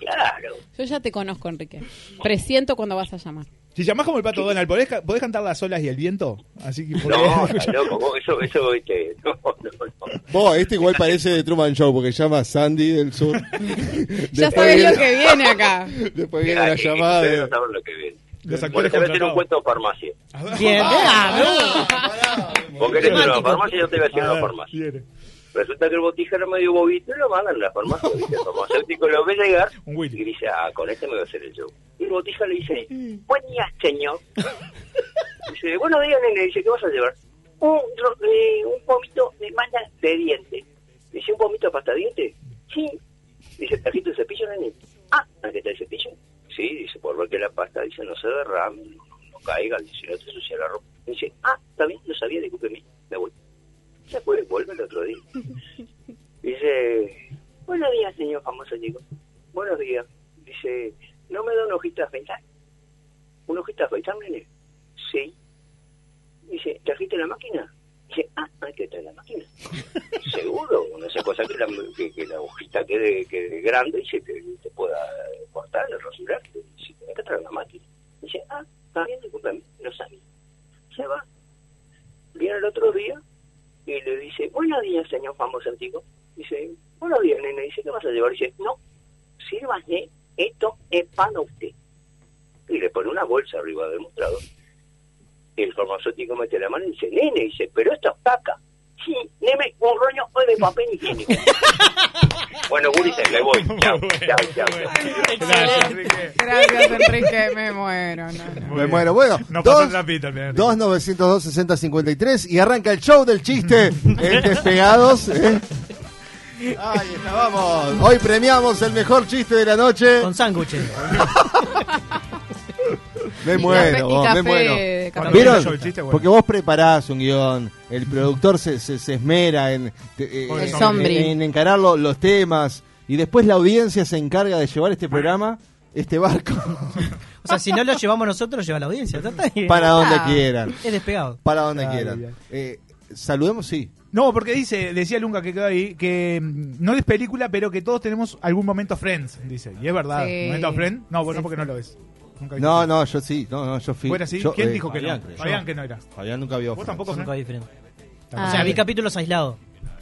Speaker 20: Claro.
Speaker 17: Yo ya te conozco, Enrique. Presiento cuando vas a llamar.
Speaker 6: Si llamás como el pato Donald, ¿podés, ca- podés cantar las olas y el viento? Así que podés-
Speaker 20: No, está loco, vos, eso, eso, viste, no, no, no.
Speaker 1: Vos, este igual parece de Truman Show porque llama a Sandy del sur.
Speaker 17: Ya
Speaker 1: Después
Speaker 17: sabes
Speaker 1: viene-
Speaker 17: lo que viene [laughs] acá.
Speaker 1: Después viene la
Speaker 20: Ustedes
Speaker 1: llamada de-
Speaker 20: no saben lo que viene.
Speaker 6: Los
Speaker 20: Bueno,
Speaker 6: actores
Speaker 20: te voy a hacer un
Speaker 6: contratados.
Speaker 20: cuento de farmacia.
Speaker 9: Bien,
Speaker 1: Ah,
Speaker 20: Vos querés una
Speaker 9: Temático.
Speaker 20: farmacia, yo te voy a hacer
Speaker 6: A
Speaker 20: una
Speaker 6: ver,
Speaker 20: farmacia.
Speaker 6: viene.
Speaker 20: Resulta que el botijero medio bobito y lo mandan a la farmacia. ¿viste? El farmacéutico lo ve llegar y dice, ah, con este me voy a hacer el show. Y el botija le dice, buen día, señor. [laughs] Dice, buenos días, nene. Dice, ¿qué vas a llevar? Un, ro- eh, un pomito de malla de diente. Dice, ¿un pomito de pasta de diente? Sí. Dice, ¿trajiste el cepillo, nene? Ah, ¿aquí está el cepillo? Sí, dice, por ver que la pasta, dice, no se derrame, no, no caiga, dice, no te sucia la ropa. Dice, ah, está bien, no sabía, discúlpeme, me voy. Se puede vuelve el otro día. Dice, buenos días, señor famoso chico. Buenos días. Dice, ¿no me da una hojita de afeitar? ¿Una hojita de afeitar, nene? Sí. Dice, ¿trajiste la máquina? Dice, ah, aquí está la máquina. Seguro, no sé, cosa que la, que, que la hojita quede, quede grande y se te, te pueda cortar, rasurar. Dice, acá está la máquina. Dice, ah, está bien, discúlpame, no sabía. Se va. Viene el otro día y le dice, buenos días, señor farmacéutico. Dice, buenos días, nene. Dice, ¿qué vas a llevar? Dice, no, sírvase, esto es para usted. Y le pone una bolsa arriba del mostrador. Y el farmacéutico mete la mano y dice, nene, dice, pero esto es caca. Sí, neme, un rollo de papel higiénico.
Speaker 9: [laughs]
Speaker 20: bueno, Gurises, le voy. Chao, chao, chao.
Speaker 16: Gracias, Enrique. Me muero. no, no.
Speaker 1: Me muero. Bueno,
Speaker 6: Nos pasó el
Speaker 1: dos,
Speaker 6: trapito al final.
Speaker 1: 2-902-60-53 y arranca el show del chiste en Despegados.
Speaker 17: [laughs]
Speaker 1: ¿eh? Ahí está, vamos. Hoy premiamos el mejor chiste de la noche. Con
Speaker 9: sándwiches.
Speaker 1: Me
Speaker 17: Y café- y
Speaker 1: muero, vos,
Speaker 17: café
Speaker 1: me
Speaker 17: de
Speaker 1: muero.
Speaker 17: Cataluña.
Speaker 6: Cuando
Speaker 1: ¿Vieron?
Speaker 6: el chiste, bueno.
Speaker 1: Porque vos preparás un guión, el productor se, se, se esmera en, te- eh,
Speaker 17: El
Speaker 1: en-
Speaker 17: sombrí.
Speaker 1: en- en encarar lo- los temas y después la audiencia se encarga de llevar este programa, este barco, [laughs]
Speaker 9: O sea, si no lo llevamos nosotros, lo lleva la audiencia. Trata de-
Speaker 1: para donde
Speaker 9: Ah,
Speaker 1: quieran.
Speaker 9: Es despegado.
Speaker 1: Para donde
Speaker 6: Ay, ay.
Speaker 1: quieran. Eh, saludemos, sí.
Speaker 6: No, porque dice, decía Lunga que quedó ahí, que mm, no es película, pero que todos tenemos algún momento Friends, dice. Y es verdad.
Speaker 16: Sí.
Speaker 6: ¿Momento Friends? No, bueno,
Speaker 16: Sí,
Speaker 6: porque
Speaker 16: sí.
Speaker 6: no lo ves. Nunca
Speaker 1: No, no, yo sí, no, no, yo fui.
Speaker 6: ¿Fuera así?
Speaker 1: yo,
Speaker 6: ¿Quién
Speaker 1: eh,
Speaker 6: dijo que
Speaker 1: Fabián,
Speaker 6: no?
Speaker 1: creo
Speaker 6: Fabián
Speaker 1: yo.
Speaker 6: que no era.
Speaker 1: Fabián nunca vio.
Speaker 6: Vos
Speaker 1: Friends.
Speaker 6: tampoco,
Speaker 9: Nunca
Speaker 6: Friends.
Speaker 9: vi Friends. O sea, vi capítulos aislados.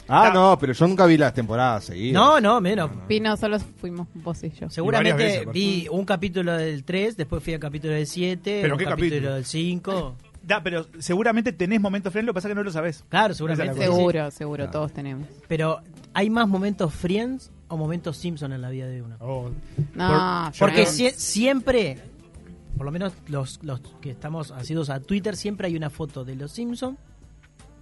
Speaker 1: Ah, no, pero yo nunca vi las temporadas seguidas.
Speaker 9: No, no, menos.
Speaker 17: Pino, solo fuimos vos y yo.
Speaker 9: Seguramente
Speaker 1: varias veces,
Speaker 9: vi un capítulo del 3, después fui al capítulo del 7,
Speaker 6: ¿Pero
Speaker 9: un
Speaker 6: qué
Speaker 9: capítulo,
Speaker 6: capítulo?
Speaker 9: del 5.
Speaker 6: Da, pero seguramente tenés momentos Friends, lo que pasa es que no lo sabés.
Speaker 9: Claro,
Speaker 6: Esa
Speaker 9: seguramente.
Speaker 6: es la cosa.
Speaker 9: Sí.
Speaker 17: Seguro, seguro, todos tenemos.
Speaker 9: Pero hay más momentos Friends o momentos Simpson en la vida de uno.
Speaker 6: Oh.
Speaker 17: No,
Speaker 6: Por-
Speaker 9: Porque
Speaker 17: Friends.
Speaker 9: sie- siempre, por lo menos los, los que estamos asidos a Twitter, siempre hay una foto de los Simpson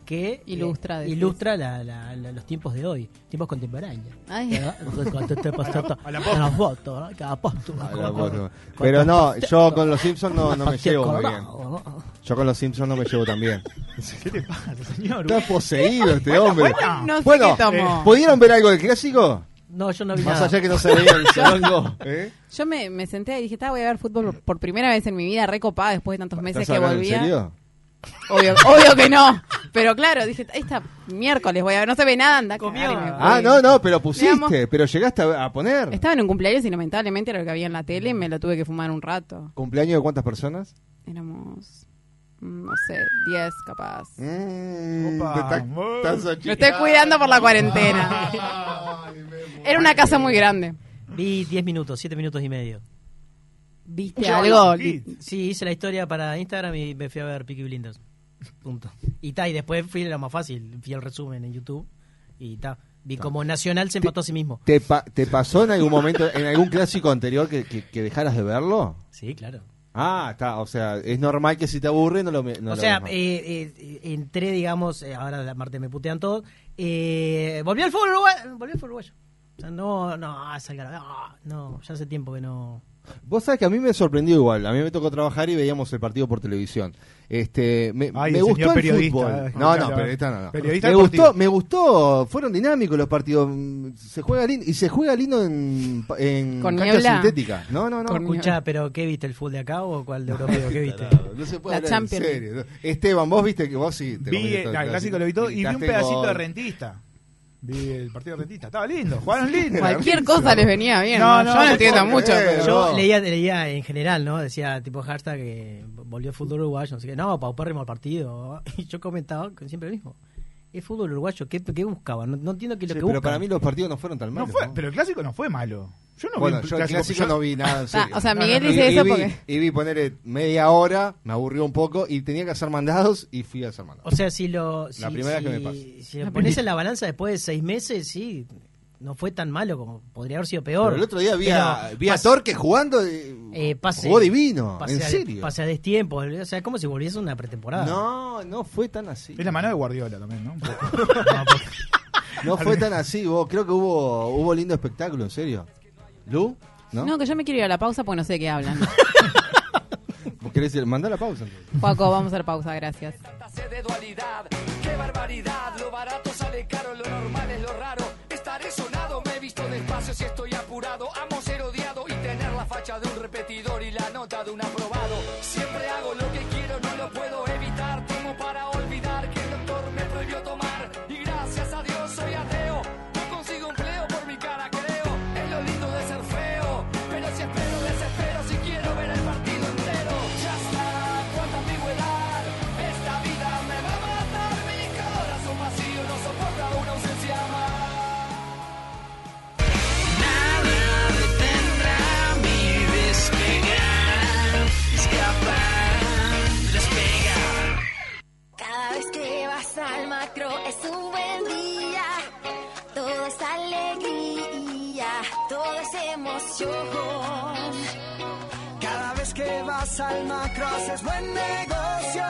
Speaker 9: que eh,
Speaker 17: Ilustra, decís.
Speaker 9: ilustra la- la- la- los tiempos de hoy, tiempos contemporáneos.
Speaker 17: Ay.
Speaker 9: ¿Verdad?
Speaker 1: [laughs]
Speaker 9: Cuando te pasa todo-
Speaker 6: a la
Speaker 9: a
Speaker 6: posta.
Speaker 9: la foto, ¿no? Cada posto,
Speaker 1: Ah,
Speaker 9: como-
Speaker 1: la
Speaker 9: como-
Speaker 1: voz no.
Speaker 9: como-
Speaker 1: Pero no,
Speaker 9: como-
Speaker 1: yo con los Simpsons no, no me
Speaker 9: Pastel
Speaker 1: llevo muy bien.
Speaker 9: colorado, ¿no?
Speaker 1: Yo con los Simpsons no me llevo tan bien.
Speaker 6: ¿Qué te pasa, [laughs] señor?
Speaker 1: Está poseído este hombre.
Speaker 6: buena.
Speaker 17: No sé
Speaker 1: Bueno,
Speaker 17: qué tomó.
Speaker 1: eh, ¿pudieron ver algo del clásico?
Speaker 9: No, yo no vi
Speaker 1: Más
Speaker 9: nada.
Speaker 1: allá que no se
Speaker 9: [laughs]
Speaker 1: veía el solongo. ¿eh?
Speaker 17: Yo me, me senté y dije, "Ta, voy a ver fútbol por- por primera vez en mi vida, recopada después de tantos meses
Speaker 1: ¿Estás
Speaker 17: que
Speaker 1: hablando en
Speaker 17: volvía.
Speaker 1: serio?
Speaker 17: Obvio, obvio que no. Pero claro, dije, esta miércoles voy a ver, no se ve nada, anda. a cagar", y me fui.
Speaker 1: Ah, no, no, pero
Speaker 17: Veamos.
Speaker 1: pusiste, pero llegaste a a poner.
Speaker 17: Estaba en un cumpleaños y lamentablemente era lo que había en la tele y me lo tuve que fumar un rato.
Speaker 1: ¿Cumpleaños de cuántas personas?
Speaker 17: Éramos, mm, no sé, 10 capaz.
Speaker 1: Mm,
Speaker 6: Opa,
Speaker 1: te está-
Speaker 6: muy-
Speaker 1: estás achicando.
Speaker 17: Me estoy cuidando por la cuarentena.
Speaker 1: [laughs]
Speaker 17: Era una casa muy grande.
Speaker 9: Vi 10 minutos, 7 minutos y medio.
Speaker 17: ¿Viste
Speaker 6: Yo,
Speaker 17: algo?
Speaker 6: Kid.
Speaker 9: Sí, hice la historia para Instagram y me fui a ver Peaky Blinders. [laughs] Punto. Y ta, y después fui a lo más fácil, fui al resumen en YouTube y ta. Vi como Nacional se empató a sí mismo.
Speaker 1: ¿Te, pa- te pasó en algún momento, en algún clásico anterior que, que- que dejaras de verlo?
Speaker 9: Sí, claro.
Speaker 1: Ah, está, o sea, es normal que si te aburre no lo me- no
Speaker 9: o
Speaker 1: lo
Speaker 9: sea,
Speaker 1: ves más.
Speaker 9: eh, eh, entré, digamos, eh, ahora la Marte me putean todos. Eh, volví al fútbol uruguayo. Volví al fútbol uruguayo. O sea, no, no, salga Ah, No, ya hace tiempo que no.
Speaker 1: Vos sabés que a mí me sorprendió igual. A mí me tocó trabajar y veíamos el partido por televisión. Este, me,
Speaker 6: Ay,
Speaker 1: me
Speaker 6: el señor
Speaker 1: gustó el
Speaker 6: periodista,
Speaker 1: fútbol.
Speaker 6: escuchalo,
Speaker 1: No, no,
Speaker 6: a ver.
Speaker 1: periodista no, no.
Speaker 6: Periodista
Speaker 1: me gustó,
Speaker 6: deportivo.
Speaker 1: me gustó. Fueron dinámicos los partidos. Mm, Se juega lindo y se juega lindo en, pa- en
Speaker 17: Con
Speaker 1: Mm, cancha
Speaker 17: niebla.
Speaker 1: sintética. No, no, no.
Speaker 17: Con-
Speaker 9: Escuchá, pero ¿qué viste? ¿El fútbol de acá o cuál de europeo? ¿Qué viste?
Speaker 1: Tarado, No se puede
Speaker 17: La
Speaker 1: hablar
Speaker 17: Champions.
Speaker 1: en serio. Esteban, vos viste que vos sí te
Speaker 6: Vi,
Speaker 1: comiste
Speaker 6: eh,
Speaker 1: todo
Speaker 6: nah, el clásico lo vi todo y vi un
Speaker 1: Gritaste
Speaker 6: pedacito
Speaker 1: gol.
Speaker 6: de rentista. Vi el partido de Retista, estaba lindo, jugaron lindo.
Speaker 17: Cualquier cosa les venía bien. No, no, yo no entiendo mucho. Pero...
Speaker 9: eh, Yo leía, leía en general, ¿no? Decía tipo hashtag que volvió el fútbol uruguayo, no sé qué. No, paupérrimo al partido. [laughs] Y yo comentaba siempre lo mismo. Es fútbol uruguayo, ¿qué, qué buscaba? No, no entiendo qué es lo
Speaker 1: Sí, pero
Speaker 9: que buscan.
Speaker 1: para mí los partidos no fueron tan
Speaker 6: No
Speaker 1: malos.
Speaker 6: fue, pero el clásico no fue malo. Yo no
Speaker 1: bueno,
Speaker 6: vi
Speaker 1: yo el clásico no vi nada. en serio.
Speaker 17: Ah, o sea, Miguel
Speaker 1: Y-
Speaker 17: dice
Speaker 1: y
Speaker 17: eso
Speaker 1: vi-
Speaker 17: porque-
Speaker 1: Y vi ponerle media hora, me aburrió un poco y tenía que hacer mandados y fui a hacer mandados.
Speaker 9: O sea, si lo, si,
Speaker 1: La primera
Speaker 9: si-
Speaker 1: que me pasa.
Speaker 9: si lo pones en la balanza después de seis meses, sí, no fue tan malo como podría haber sido peor.
Speaker 1: Pero el otro día vi a,
Speaker 9: Pero
Speaker 1: vi a
Speaker 9: pas-
Speaker 1: Torque jugando. eh,
Speaker 9: eh, pase-
Speaker 1: jugó divino,
Speaker 9: pase
Speaker 1: en
Speaker 9: a-
Speaker 1: serio.
Speaker 9: Pase a destiempo, o sea, es como si volviese una pretemporada.
Speaker 1: No, no fue tan así.
Speaker 6: Es la mano de Guardiola también, ¿no? Un poco.
Speaker 1: No fue tan así, vos. Creo que hubo, hubo lindo espectáculo, en serio. ¿Lu? ¿No?
Speaker 17: ¿No? que yo me quiero ir a la pausa porque no sé de
Speaker 1: [laughs]
Speaker 17: qué hablan.
Speaker 1: ¿Vos querés ir? Mandá la pausa. entonces.
Speaker 17: Paco, vamos a hacer pausa, gracias.
Speaker 7: Clase de dualidad, qué barbaridad, lo barato sale caro, lo normal es lo raro. Estaré sonado, me he visto despacio si estoy apurado. Amo ser odiado y tener la facha de un repetidor y la nota de un aprobado. Siempre hago lo que quiero, no lo puedo evitar. Tengo para olvidar que el doctor me prohibió tomar. Y gracias a Dios soy ateo, no consigo empleo por mi cara, creo. Es lo lindo de ser feo, pero si espero, desespero, si quiero ver el partido entero. Ya está, cuánta ambigüedad, esta vida me va a matar. Mi corazón vacío no soporta una ausencia más.
Speaker 8: Nada detendrá mi despegar, escapar, despegar.
Speaker 21: Cada vez que vas al macro es un buen día. Todo es alegría, todo es emoción.
Speaker 8: Cada vez que vas al macro es buen negocio.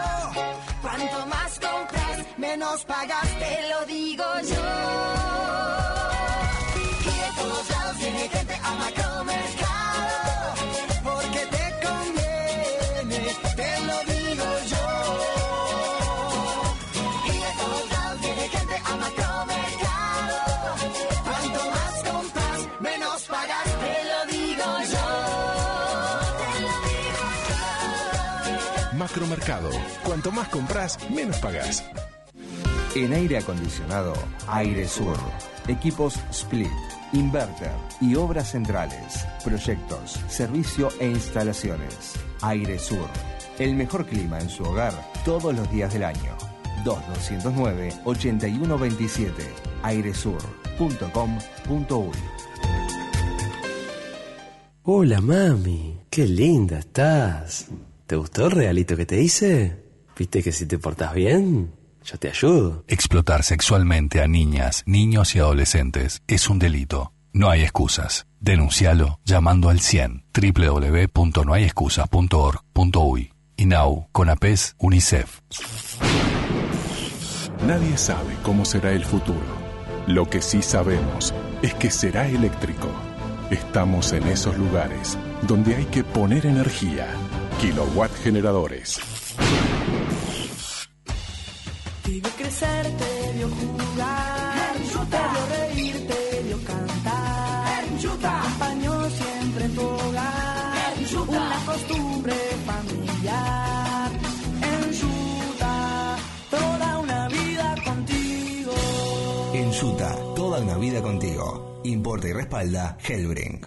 Speaker 8: Cuanto más compras, menos pagas, te lo digo yo. Y de todos lados viene gente a macromercado. Porque te conviene, te lo digo yo. Y de todos lados viene gente a macromercado. Cuanto más compras, menos pagas, te lo digo yo.
Speaker 22: Macromercado. Cuanto más compras, menos pagas.
Speaker 23: En aire acondicionado, Aire Sur. Equipos Split, Inverter y Obras Centrales. Proyectos, servicio e instalaciones. Aire Sur. El mejor clima en su hogar todos los días del año. 2209-8127. airesur.com.uy
Speaker 24: Hola mami, qué linda estás. ¿Te gustó el regalito que te hice? ¿Viste que si te portas bien? Yo te ayudo.
Speaker 22: Explotar sexualmente a niñas, niños y adolescentes es un delito. No hay excusas. Denuncialo llamando al 100 www.nohayexcusas.org.uy. INAU, CONAPES, E UNICEF.
Speaker 3: Nadie sabe cómo será el futuro. Lo que sí sabemos es que será eléctrico. Estamos en esos lugares donde hay que poner energía. Kilowatt generadores.
Speaker 8: Te vio crecer, te vio jugar, te vio reír, te vio cantar, te acompañó siempre en tu hogar, una costumbre familiar. En Yuta, toda una vida contigo.
Speaker 23: En Utah, toda una vida contigo. Importa y respalda Hellbrink.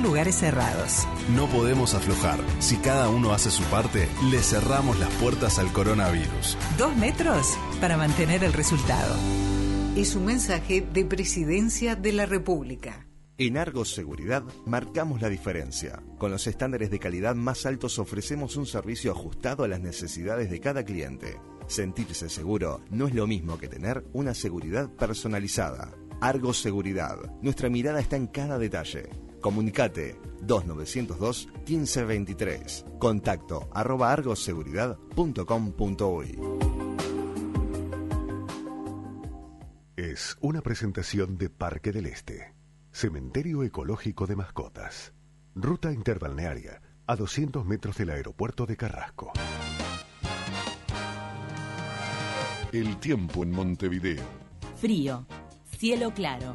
Speaker 25: lugares cerrados.
Speaker 26: No podemos aflojar. Si cada uno hace su parte, le cerramos las puertas al coronavirus.
Speaker 25: Dos metros para mantener el resultado. Es un mensaje de Presidencia de la República.
Speaker 27: En Argos Seguridad marcamos la diferencia. Con los estándares de calidad más altos ofrecemos un servicio ajustado a las necesidades de cada cliente. Sentirse seguro no es lo mismo que tener una seguridad personalizada. Argos Seguridad. Nuestra mirada está en cada detalle. Comunicate 2902 1523. Contacto arroba argoseguridad.com.uy.
Speaker 3: Es una presentación de Parque del Este, Cementerio Ecológico de Mascotas, ruta interbalnearia a 200 metros del aeropuerto de Carrasco. El tiempo en Montevideo.
Speaker 2: Frío, cielo claro.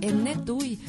Speaker 28: En NetUI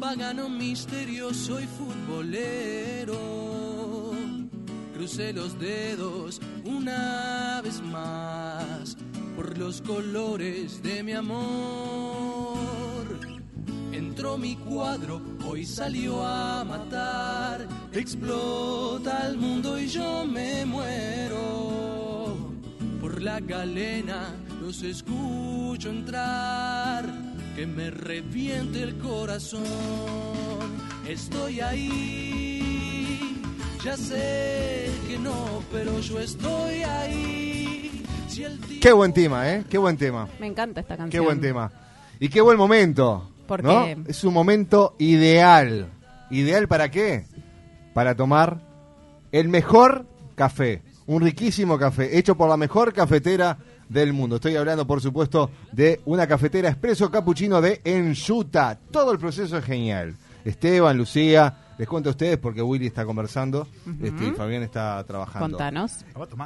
Speaker 29: pagano misterioso y futbolero. Crucé los dedos una vez más por los colores de mi amor. Entró mi cuadro, hoy salió a matar. Explota el mundo y yo me muero. Por la galena los escucho entrar que me reviente el corazón. Estoy ahí, ya sé que no, pero yo estoy ahí. Si el
Speaker 1: Qué buen tema, ¿eh? Qué buen tema.
Speaker 16: Me encanta esta canción.
Speaker 1: Qué buen tema. Y qué buen momento.
Speaker 16: ¿Por
Speaker 1: ¿no?
Speaker 16: qué?
Speaker 1: Es un momento ideal. ¿Ideal para qué? Para tomar el mejor café. Un riquísimo café, hecho por la mejor cafetera del mundo. Estoy hablando, por supuesto, de una cafetera expreso capuchino de Enchuta. Todo el proceso es genial. Esteban, Lucía, les cuento a ustedes porque Willy está conversando
Speaker 16: Ujú.
Speaker 1: este, y Fabián está trabajando.
Speaker 16: Contanos.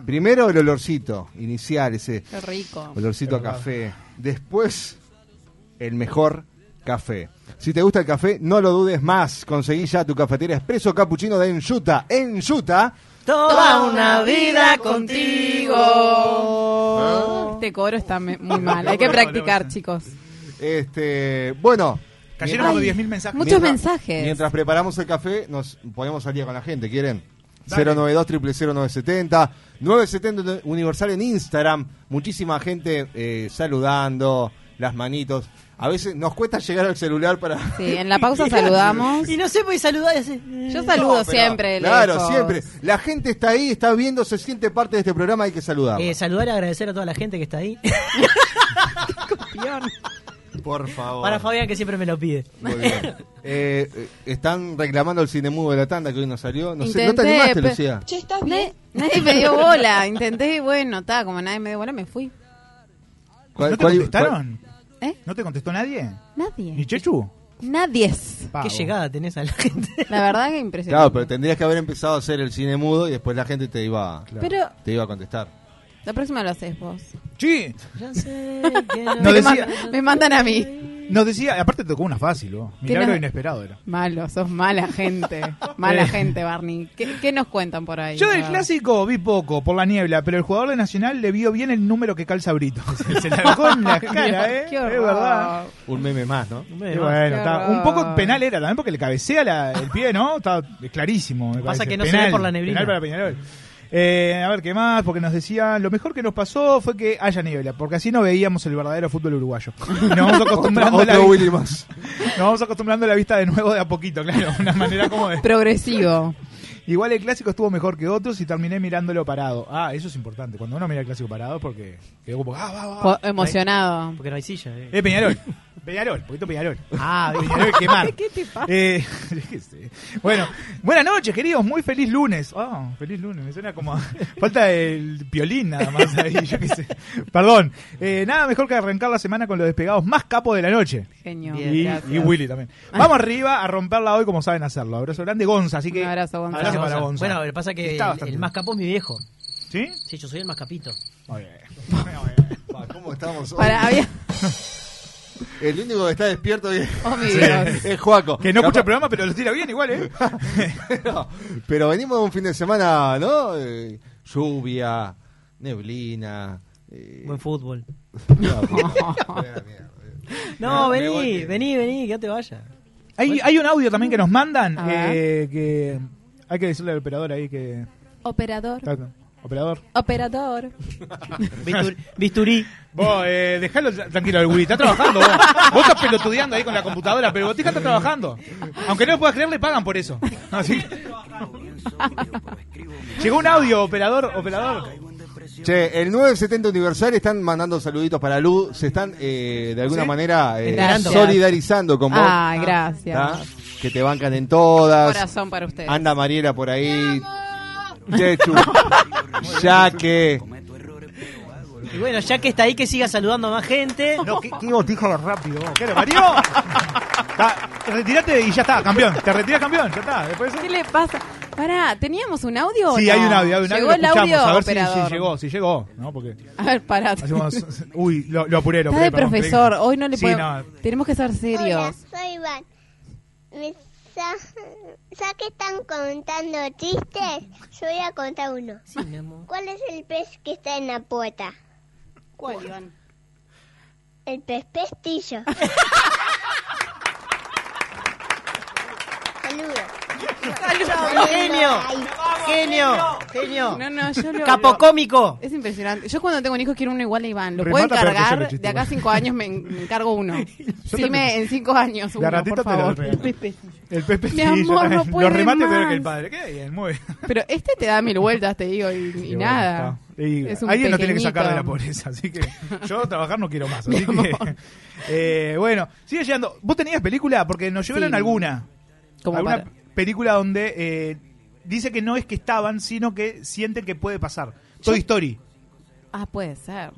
Speaker 1: Primero el olorcito inicial, ese
Speaker 16: Qué rico.
Speaker 1: olorcito a
Speaker 16: Es verdad.
Speaker 1: café. Después, el mejor café. Si te gusta el café, no lo dudes más. Conseguí ya tu cafetera expreso capuchino de Enchuta. Enchuta.
Speaker 16: Toda una vida
Speaker 1: Ah.
Speaker 16: contigo. Este coro está me-
Speaker 1: [laughs]
Speaker 16: muy mal. Hay que practicar, chicos.
Speaker 1: Este, bueno.
Speaker 16: Cayeron como
Speaker 6: Ay, 10.000 mensajes.
Speaker 16: muchos mensajes.
Speaker 1: Mientras preparamos el café, nos ponemos al día con la gente, ¿quieren? 092 0970 970 Universal en Instagram. Muchísima gente eh, saludando, las manitos. A veces nos cuesta llegar al celular para... [laughs]
Speaker 17: Sí, en la pausa saludamos.
Speaker 16: Y no sé, pues saludar. Yo saludo
Speaker 17: No, pero-
Speaker 16: siempre.
Speaker 1: Claro,
Speaker 16: lejos.
Speaker 1: siempre. La gente está ahí, está viendo, se siente parte de este programa, hay que saludar.
Speaker 9: Eh, saludar y agradecer a toda la gente que está
Speaker 6: [laughs]
Speaker 9: ahí.
Speaker 1: Por favor.
Speaker 9: Para Fabián, que siempre me lo pide.
Speaker 1: Muy bien. Eh, eh, están reclamando el cinemudo de la tanda que hoy no salió. No, sé, ¿no te
Speaker 17: Intenté,
Speaker 1: animaste,
Speaker 17: pe-
Speaker 1: Lucía?
Speaker 17: Che, ¿estás bien? Nadie me dio bola. Intenté y bueno, está, como nadie me dio bola, me fui.
Speaker 1: ¿Cuál-
Speaker 6: ¿No te
Speaker 1: cuál-
Speaker 6: contestaron?
Speaker 17: ¿Eh?
Speaker 6: ¿No te contestó nadie?
Speaker 17: Nadie.
Speaker 6: ¿Ni Chechu?
Speaker 17: Nadie es.
Speaker 6: Pavo. Qué
Speaker 9: llegada tenés a la gente.
Speaker 17: La verdad que
Speaker 1: Claro,
Speaker 17: impresionante.
Speaker 1: pero tendrías que haber empezado a hacer el cine mudo y después la gente te iba,
Speaker 17: Pero-
Speaker 1: te iba a contestar.
Speaker 17: La próxima lo haces vos.
Speaker 6: Sí. [laughs]
Speaker 17: Me
Speaker 6: Nos decía,
Speaker 17: mandan- me mandan a mí.
Speaker 6: nos decía, aparte tocó una fácil, vos. milagro
Speaker 17: nos-
Speaker 6: inesperado era.
Speaker 17: Malo, sos mala gente. Mala
Speaker 6: Eh.
Speaker 17: gente, Barney. ¿Qué, qué nos cuentan por ahí?
Speaker 6: Yo del
Speaker 17: Ah.
Speaker 6: clásico vi poco por la niebla, pero el jugador de Nacional le vio bien el número que calza Brito. [laughs] Se, se la dejó
Speaker 9: [laughs]
Speaker 8: [laughs]
Speaker 6: en la cara, ¿eh?
Speaker 17: Qué
Speaker 6: es
Speaker 17: horror.
Speaker 6: verdad.
Speaker 1: Un meme más, ¿no?
Speaker 6: Y bueno,
Speaker 9: Qué
Speaker 6: está-
Speaker 9: horror.
Speaker 6: un poco penal era también porque le cabecea la- el pie, ¿no? Está clarísimo. me
Speaker 9: Pasa
Speaker 6: parece.
Speaker 9: que no se
Speaker 6: Penal,
Speaker 9: ve por la neblina.
Speaker 6: penal para Peñarol. Eh, a ver, ¿qué más? Porque nos decían, lo mejor que nos pasó fue que haya niebla, porque así no veíamos el verdadero fútbol uruguayo. Y
Speaker 1: [laughs]
Speaker 6: Nos vamos acostumbrando,
Speaker 1: Otro-
Speaker 6: a la
Speaker 1: otro
Speaker 6: vista-
Speaker 1: Willy más.
Speaker 6: [laughs] nos vamos acostumbrando a la vista de nuevo de a poquito, claro, de una manera como de...
Speaker 17: Progresivo.
Speaker 6: Igual el clásico estuvo mejor que otros y terminé mirándolo parado. Ah, eso es importante. Cuando uno mira el clásico parado es porque quedó como, ah, va, va.
Speaker 17: Po- emocionado.
Speaker 9: Porque no hay silla. eh.
Speaker 6: Eh, Peñarol. Peñarol, poquito Peñarol.
Speaker 9: Ah,
Speaker 6: Peñarol quemar.
Speaker 17: [laughs] ¿Qué te pasa?
Speaker 6: Eh, [laughs] yo qué sé. bueno, buenas noches, queridos. Muy feliz lunes. Ah, feliz lunes. Me suena como. a- [laughs] Falta el piolín nada más ahí. Yo qué sé. Perdón. Eh, nada mejor que arrancar la semana con los despegados más capos de la noche.
Speaker 17: Genio.
Speaker 6: Y- y, Willy también. Vamos arriba a romperla hoy como saben hacerlo. Abrazo grande, Gonza. Así que.
Speaker 17: Un abrazo, Gonza.
Speaker 6: abrazo
Speaker 9: Gonza.
Speaker 6: para Gonza.
Speaker 9: Bueno, lo que pasa es que
Speaker 6: Está
Speaker 9: el,
Speaker 6: bastante
Speaker 9: el más capo es mi viejo.
Speaker 6: ¿Sí?
Speaker 9: Sí, yo soy el más capito.
Speaker 1: ¿Cómo estamos hoy?
Speaker 17: Para, había-
Speaker 1: El único que está despierto hoy es,
Speaker 17: Oh, mi
Speaker 1: Sí.
Speaker 17: Dios.
Speaker 1: [laughs] es Juaco.
Speaker 6: Que no
Speaker 1: Capaz-
Speaker 6: escucha el programa, pero lo tira bien igual, ¿eh?
Speaker 1: No, pero venimos de un fin de semana, ¿no? Eh, lluvia, neblina. eh,
Speaker 9: Buen
Speaker 1: [laughs]
Speaker 9: fútbol.
Speaker 1: la mierda.
Speaker 9: No,
Speaker 1: [laughs] Me
Speaker 9: vení,
Speaker 1: voy.
Speaker 9: vení, vení, que no te vayas.
Speaker 6: Hay, hay un audio también que nos mandan
Speaker 17: A ver.
Speaker 6: eh, que hay que decirle al operador ahí que...
Speaker 17: Operador.
Speaker 6: Operador.
Speaker 17: Operador.
Speaker 9: Bisturí. bisturí.
Speaker 6: Vos, eh, dejalo tra- tranquilo, el Willy está trabajando. Vos. Vos estás pelotudeando ahí con la computadora, pero el Botija está trabajando. Aunque no lo puedas creer, le pagan por eso. Así. Llegó un audio, operador, operador.
Speaker 1: Che, el 970 Universal están mandando saluditos para Luz, se están eh, de alguna
Speaker 6: ¿Sí?
Speaker 1: manera eh,
Speaker 17: Gracias.
Speaker 1: solidarizando con vos.
Speaker 17: Ah, gracias.
Speaker 1: ¿tá? Que te bancan en todas.
Speaker 17: Corazón para ustedes.
Speaker 1: Anda Mariela por ahí.
Speaker 9: [laughs]
Speaker 1: Chechu, Yaque.
Speaker 9: Y bueno, ya que está ahí, que siga saludando a más gente.
Speaker 6: No, qué, qué botijo rápido. vos. ¿Qué lo parió? Ta, retirate y ya está, campeón. Te retiras campeón, ya está. Después
Speaker 17: Pues, ¿Qué le pasa? Pará, ¿teníamos un audio? o
Speaker 6: Sí,
Speaker 17: no?
Speaker 6: hay un audio, hay un
Speaker 17: Llegó
Speaker 6: audio.
Speaker 17: el
Speaker 6: lo escuchamos,
Speaker 17: audio,
Speaker 6: a ver si- si,
Speaker 17: operador.
Speaker 6: llegó, si llegó, ¿no?
Speaker 17: [laughs]
Speaker 6: Porque
Speaker 17: A ver, pará.
Speaker 6: hacemos uy, lo, lo apuré, lo
Speaker 17: Está
Speaker 6: apuré, perdón,
Speaker 17: de
Speaker 6: creí-
Speaker 17: profesor, hoy no le
Speaker 6: Sí,
Speaker 17: podemos... Tenemos que ser serios.
Speaker 18: soy Iván. Me sa- ¿Sabes que están contando chistes? Yo voy a contar uno. ¿Cuál es el pez que está en la puerta?
Speaker 17: ¿Cuál, Iván?
Speaker 18: El pez pestillo.
Speaker 17: [laughs]
Speaker 18: Saludos.
Speaker 9: Saludos, genio. [laughs] Genio, genio.
Speaker 17: No, no, yo lo...
Speaker 9: Capo
Speaker 17: lo-
Speaker 9: cómico.
Speaker 17: Es impresionante. Yo cuando tengo un hijo quiero uno igual a Iván. Lo puedo
Speaker 9: Remata, pero que yo
Speaker 17: encargar.
Speaker 9: lo chiste,
Speaker 17: De acá a
Speaker 9: bueno.
Speaker 17: cinco
Speaker 6: [laughs]
Speaker 17: años me, en- me encargo uno. Sí,
Speaker 6: te-
Speaker 17: me- en cinco años
Speaker 6: De
Speaker 17: uno,
Speaker 6: ratito
Speaker 17: por
Speaker 6: te lo
Speaker 17: favor.
Speaker 6: regalo. El pez
Speaker 17: Mi amor,
Speaker 6: pestillo,
Speaker 17: no
Speaker 6: los
Speaker 17: puede
Speaker 6: remates peor
Speaker 17: más.
Speaker 6: que el padre. Qué bien, muy bien.
Speaker 17: [laughs] Pero este te da mil vueltas, te digo, y, y
Speaker 6: Y bueno,
Speaker 17: nada.
Speaker 6: está. Y
Speaker 17: Es un
Speaker 6: alguien lo tiene que
Speaker 17: pequeñito.
Speaker 6: sacar de la pobreza, así
Speaker 17: [laughs]
Speaker 6: que yo trabajar no quiero más. Así que, [laughs] eh, bueno, sigue llegando. ¿Vos tenías película? Porque nos llegaron
Speaker 17: Sí.
Speaker 6: alguna.
Speaker 17: Como
Speaker 6: alguna
Speaker 17: para-
Speaker 6: película donde eh, dice que no es que estaban, sino que sienten que puede pasar. Toy Story.
Speaker 17: Ah, puede ser.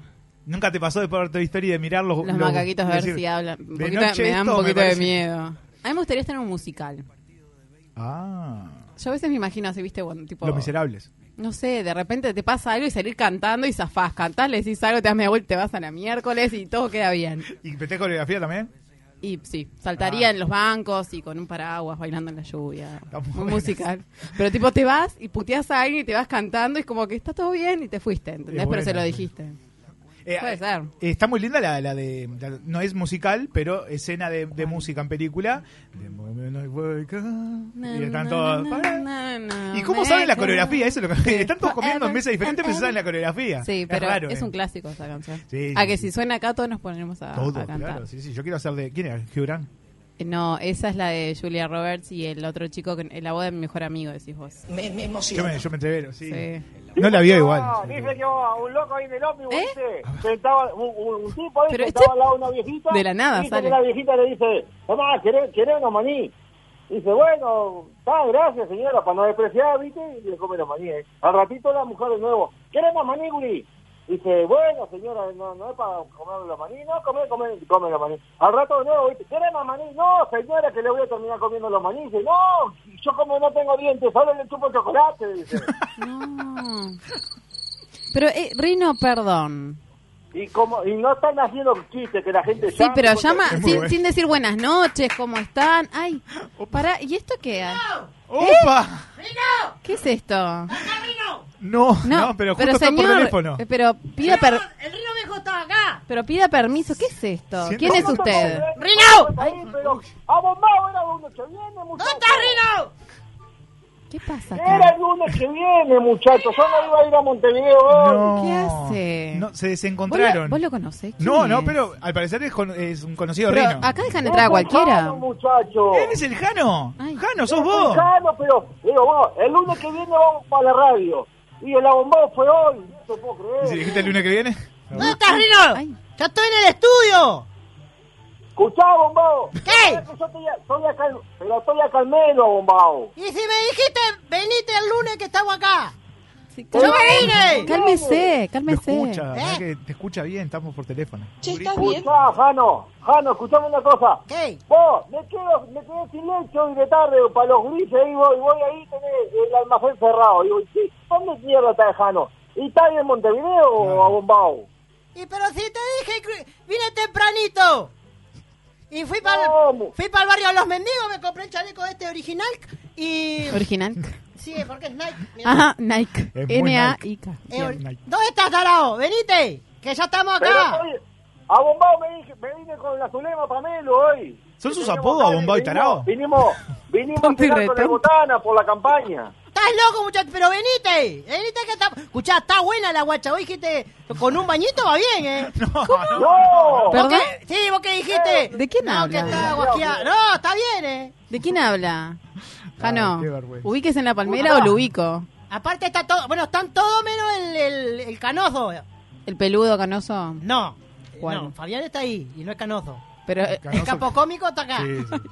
Speaker 6: ¿Nunca te pasó después de ver Toy Story de mirar los,
Speaker 17: Los
Speaker 6: los-
Speaker 17: macaquitos, a ver
Speaker 6: decir,
Speaker 17: si hablan. Un
Speaker 6: "De
Speaker 17: poquito-
Speaker 6: noche
Speaker 17: me dan
Speaker 6: esto
Speaker 17: un poquito de
Speaker 6: parece-".
Speaker 17: miedo. A mí me gustaría estar en un musical.
Speaker 6: Ah,
Speaker 17: Yo a veces me imagino así, viste, bueno, tipo.
Speaker 6: Los Miserables.
Speaker 17: No sé, de repente te pasa algo y salir cantando y zafás. Cantás, le decís algo, te das media vuelta y te vas a la miércoles y todo queda bien.
Speaker 6: ¿Y metés coreografía también? Ah.
Speaker 17: Y sí, saltaría en los bancos y con un paraguas bailando en la lluvia. Muy musical. Pero tipo te vas y puteás a alguien y te vas cantando y es como que está todo bien y te fuiste, ¿entendés?
Speaker 6: Es
Speaker 17: Pero se
Speaker 6: buena.
Speaker 17: lo dijiste.
Speaker 6: Eh,
Speaker 17: Puede ser.
Speaker 6: Eh, Está muy linda la, la de. la- no es musical, pero escena de, de música en película. The moment I wake up. Y están todos. ¿Y cómo saben la coreografía? Eso es lo que- Están
Speaker 17: Ah,
Speaker 6: todos comiendo en mesas diferentes, pero se saben la coreografía.
Speaker 17: Sí, pero es,
Speaker 6: raro, eh.
Speaker 17: un clásico esa canción.
Speaker 6: Sí,
Speaker 17: a
Speaker 6: sí,
Speaker 17: que
Speaker 6: sí.
Speaker 17: si suena acá todos nos ponemos a,
Speaker 6: Todo,
Speaker 17: a cantar.
Speaker 6: claro. Sí, sí. Yo quiero hacer de. ¿Quién era? Hugh Grant.
Speaker 17: No, esa es la de Julia Roberts y el otro chico, que, la voz de mi mejor amigo, decís vos.
Speaker 30: Me, me
Speaker 6: Yo me, yo me entrevero, sí.
Speaker 17: Sí.
Speaker 6: No la vio igual.
Speaker 30: Dice que oh, un loco ahí del ómnibus, dice, sentaba, un, un- un tipo ahí
Speaker 17: ¿Eh? Pero
Speaker 30: sentado
Speaker 17: este-
Speaker 30: al lado de una viejita.
Speaker 17: de la nada
Speaker 30: dice
Speaker 17: sale.
Speaker 30: que la viejita le dice, mamá, ¿querés, querés unos maní? Dice, bueno, está, gracias señora, para no despreciar, ¿viste? Y le come los maníes. Al ratito la mujer de nuevo, ¿querés más maní, guri? Dice, bueno, señora, no, no es para comer los maní, no, come, come, come los maní. Al rato de nuevo, ¿viste? ¿querés más maní? No, señora, que le voy a terminar comiendo los maní. Dice, no, yo como no tengo dientes, solo le chupo chocolate, dice.
Speaker 17: No. Ah. Pero, eh, Rino, perdón.
Speaker 30: Y como y no están haciendo chistes que la gente
Speaker 17: Sí, pero
Speaker 30: porque-
Speaker 17: llama sin, sin decir buenas noches, ¿cómo están? Ay, para, ¿y esto qué? ¿Eh?
Speaker 6: ¡Opa!
Speaker 17: ¿Qué es esto?
Speaker 6: No, no, pero justo está por
Speaker 17: señor,
Speaker 6: teléfono.
Speaker 17: eh, Pero pida, per-
Speaker 31: El río viejo está acá.
Speaker 17: pero pida permiso, ¿qué es esto?
Speaker 31: Siento-
Speaker 17: ¿Quién es
Speaker 31: ¿Cómo estás,
Speaker 17: usted?
Speaker 31: eh? ¡Rino!
Speaker 30: Ahí, pero, ¡A bombao era uno que viene, muchacho!
Speaker 31: ¿Dónde está Rino?
Speaker 17: ¿Qué pasa?
Speaker 30: Era el lunes que viene, muchachos. Yo no iba a ir a Montevideo hoy.
Speaker 6: No,
Speaker 17: ¿Qué hace?
Speaker 6: No, se
Speaker 17: ¿Vos lo,
Speaker 6: desencontraron.
Speaker 17: vos lo conocés? ¿Quién
Speaker 6: no,
Speaker 17: es?
Speaker 6: no, pero al parecer es, con- es un conocido
Speaker 17: Pero
Speaker 6: Reno.
Speaker 17: acá dejan entrar a cualquiera.
Speaker 30: muchacho.
Speaker 6: Él es el Jano. Jano, sos
Speaker 30: Yo soy
Speaker 6: vos.
Speaker 30: Jano, pero digo, vos, el lunes que viene vamos para la radio. Y el abombado fue hoy. No te puedo creer.
Speaker 6: ¿Sí, dijiste el lunes que viene?
Speaker 9: ¿Dónde estás, Rino? ¡Yo estoy en el estudio!
Speaker 30: Escuchá, bombao. ¿Qué? Yo estoy, a- estoy acá, en- pero estoy acá al menos, bombao.
Speaker 9: Y si me dijiste, venite el lunes que estamos acá. ¡Yo
Speaker 17: Calma-
Speaker 9: me vine!
Speaker 17: Cálmese,
Speaker 6: Te
Speaker 17: cálmese.
Speaker 6: escucha, la
Speaker 9: Eh.
Speaker 6: verdad que te escucha bien, estamos por teléfono.
Speaker 30: Escuchá, Jano. Jano, escuchame una cosa.
Speaker 9: ¿Qué?
Speaker 30: Vos, me quedo, me quedo sin lecho hoy de tarde para los grises y voy, voy ahí tenés el almacén cerrado. Digo, ¿qué? ¿dónde mierda está el Jano? ¿Y está ahí en Montevideo o abombado?
Speaker 9: Y pero si te dije, que vine tempranito. Y fui para fui para el barrio de los mendigos, me compré el chaleco este original y...
Speaker 17: Original.
Speaker 9: Sí, porque es Nike. mira.
Speaker 17: Ajá, Nike.
Speaker 9: Es muy
Speaker 17: N-A-I-K.
Speaker 9: Eh, ori- ¿Dónde estás, Tarao? Venite, que ya estamos
Speaker 30: Pero
Speaker 9: acá.
Speaker 30: estoy- a Bombao me, dije- me vine con la Zulema Pamelo hoy.
Speaker 6: ¿Son sus
Speaker 30: Vinimos
Speaker 6: apodos,
Speaker 30: acá,
Speaker 6: Bombao y
Speaker 30: vinimos-
Speaker 6: Tarao?
Speaker 30: Vinimos, vinimos a
Speaker 6: Tonto y
Speaker 30: cenar con la
Speaker 6: retonto.
Speaker 30: botana por la campaña.
Speaker 9: Estás loco, muchachos, pero venite. Venite que está... Escuchá, está buena la guacha. Hoy dijiste, con un bañito va bien,
Speaker 30: [laughs]
Speaker 9: ¿eh?
Speaker 6: ¿Cómo?
Speaker 30: ¡No!
Speaker 9: ¿Vos
Speaker 17: ¿Perdón? Eh,
Speaker 9: qué- Sí, vos que dijiste...
Speaker 17: ¿De quién
Speaker 9: no, que
Speaker 17: habla?
Speaker 9: está guajeada. No, está bien, ¿eh?
Speaker 17: ¿De quién habla? Jano,
Speaker 6: qué vergüenza.
Speaker 17: ¿ubiques en la palmera o lo ubico?
Speaker 9: Aparte está todo... Bueno, están todo menos el, el, el canoso.
Speaker 17: ¿El peludo canoso?
Speaker 9: No.
Speaker 17: ¿Cuál?
Speaker 9: No, Fabián está ahí y no es canoso.
Speaker 17: Pero [laughs]
Speaker 9: El capocómico está acá.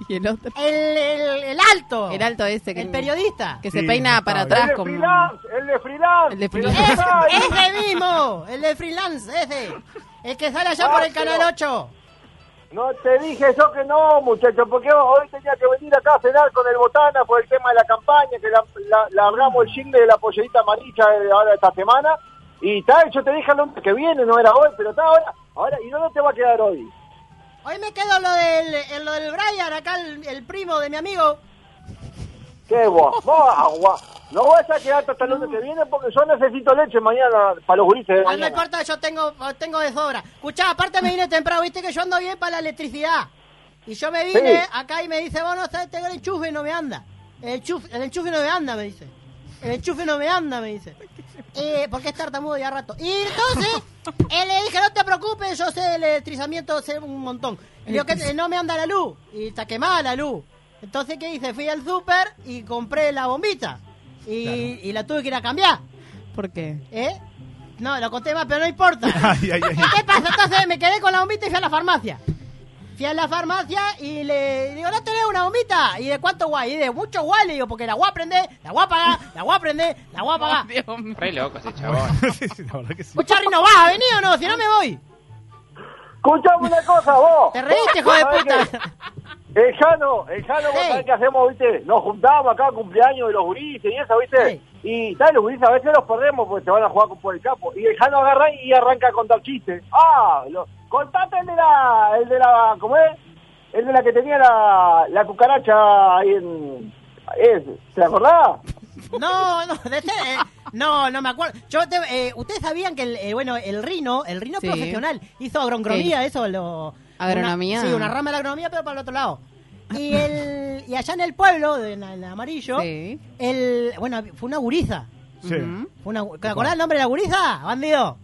Speaker 17: y el otro.
Speaker 9: El, el- el alto.
Speaker 17: El alto ese que-
Speaker 9: El periodista.
Speaker 17: Que se peina para atrás
Speaker 30: el de
Speaker 17: como.
Speaker 30: freelance, el de freelance.
Speaker 17: El de
Speaker 30: Pero
Speaker 17: freelance.
Speaker 30: está ahí.
Speaker 9: Ese mismo. El de freelance, ese. El que sale
Speaker 30: Ah,
Speaker 9: allá por el canal 8.
Speaker 30: No te dije yo que no, muchachos, porque hoy tenía que venir acá a cenar con el Botana por el tema de la campaña, que la, la, la hablamos el jingle de la pollerita amarilla de ahora esta semana. Y tal, yo te dije el lunes que viene, no era hoy, pero está ahora. Ahora, ¿y dónde te va a quedar hoy?
Speaker 9: Hoy me quedo lo del, en lo del Brian, acá el, el primo de mi amigo.
Speaker 30: ¿Qué [laughs] vos? Vos, agua. No vas a quedarte hasta el lunes que viene porque yo necesito leche mañana para los gurises de
Speaker 9: Ay, no
Speaker 30: mañana.
Speaker 9: importa, yo tengo, tengo de sobra. Escuchá, aparte me vine temprano, viste que yo ando bien para la electricidad. Y yo me vine
Speaker 30: Sí.
Speaker 9: acá y me dice, bueno, sabes, tengo el enchufe y no me anda. El enchufe, el enchufe no me anda, me dice. El enchufe no me anda, me dice. Eh, porque es tartamudo ya rato. Y entonces, él le dije, no te preocupes, yo sé el electrizamiento, sé un montón. Y yo que eh, no me anda la luz. Y está quemada la luz. Entonces, ¿qué hice? Fui al súper y compré la bombita. Y, y la tuve que ir a cambiar.
Speaker 17: ¿Por qué?
Speaker 9: ¿Eh? No, lo conté más, pero no importa.
Speaker 17: [laughs]
Speaker 6: ay, ay.
Speaker 9: ¿Y qué pasa? Entonces me quedé con la bombita y fui a la farmacia. Fui a la farmacia y le digo, ¿no tenés una bombita? ¿Y de cuánto guay? Y de mucho guay, le digo, porque la voy a prender, la voy a apagar, la voy a prender, la voy a apagar.
Speaker 32: Re loco
Speaker 6: Ah,
Speaker 32: ese chabón.
Speaker 6: [laughs] La verdad que sí.
Speaker 9: Escucha, Rino, ¿vas a venir o no? Si no me voy.
Speaker 30: Escuchame una cosa, vos.
Speaker 9: Te reíste, hijo de
Speaker 30: ¿Sabés
Speaker 9: puta.
Speaker 30: qué? El Jano, el Jano, vos sabés qué hacemos, viste. Nos juntamos acá a cumpleaños de los gurises y eso, viste. Y tal, los gurises a veces los perdemos porque se van a jugar con- por el campo. Y el Jano agarra y arranca a contar chistes. Ah, lo- contate el de la, el de la, ¿cómo es? El de la que tenía la, la cucaracha ahí en, ese. ¿te acordás?
Speaker 9: No, no, de este, eh, no, no me acuerdo. Yo te- eh, ustedes sabían que el, eh, bueno, el rino, el rino
Speaker 17: Sí.
Speaker 9: profesional hizo agronomía,
Speaker 17: Sí.
Speaker 9: eso lo
Speaker 17: Agronomía.
Speaker 9: una- sí, una rama de la agronomía pero para el otro lado. Y el y allá en el pueblo de en, en amarillo, el bueno, fue una guriza.
Speaker 6: Sí.
Speaker 9: Ujú. Fue una gu- ¿Te acordás el nombre de la guriza? Bandido.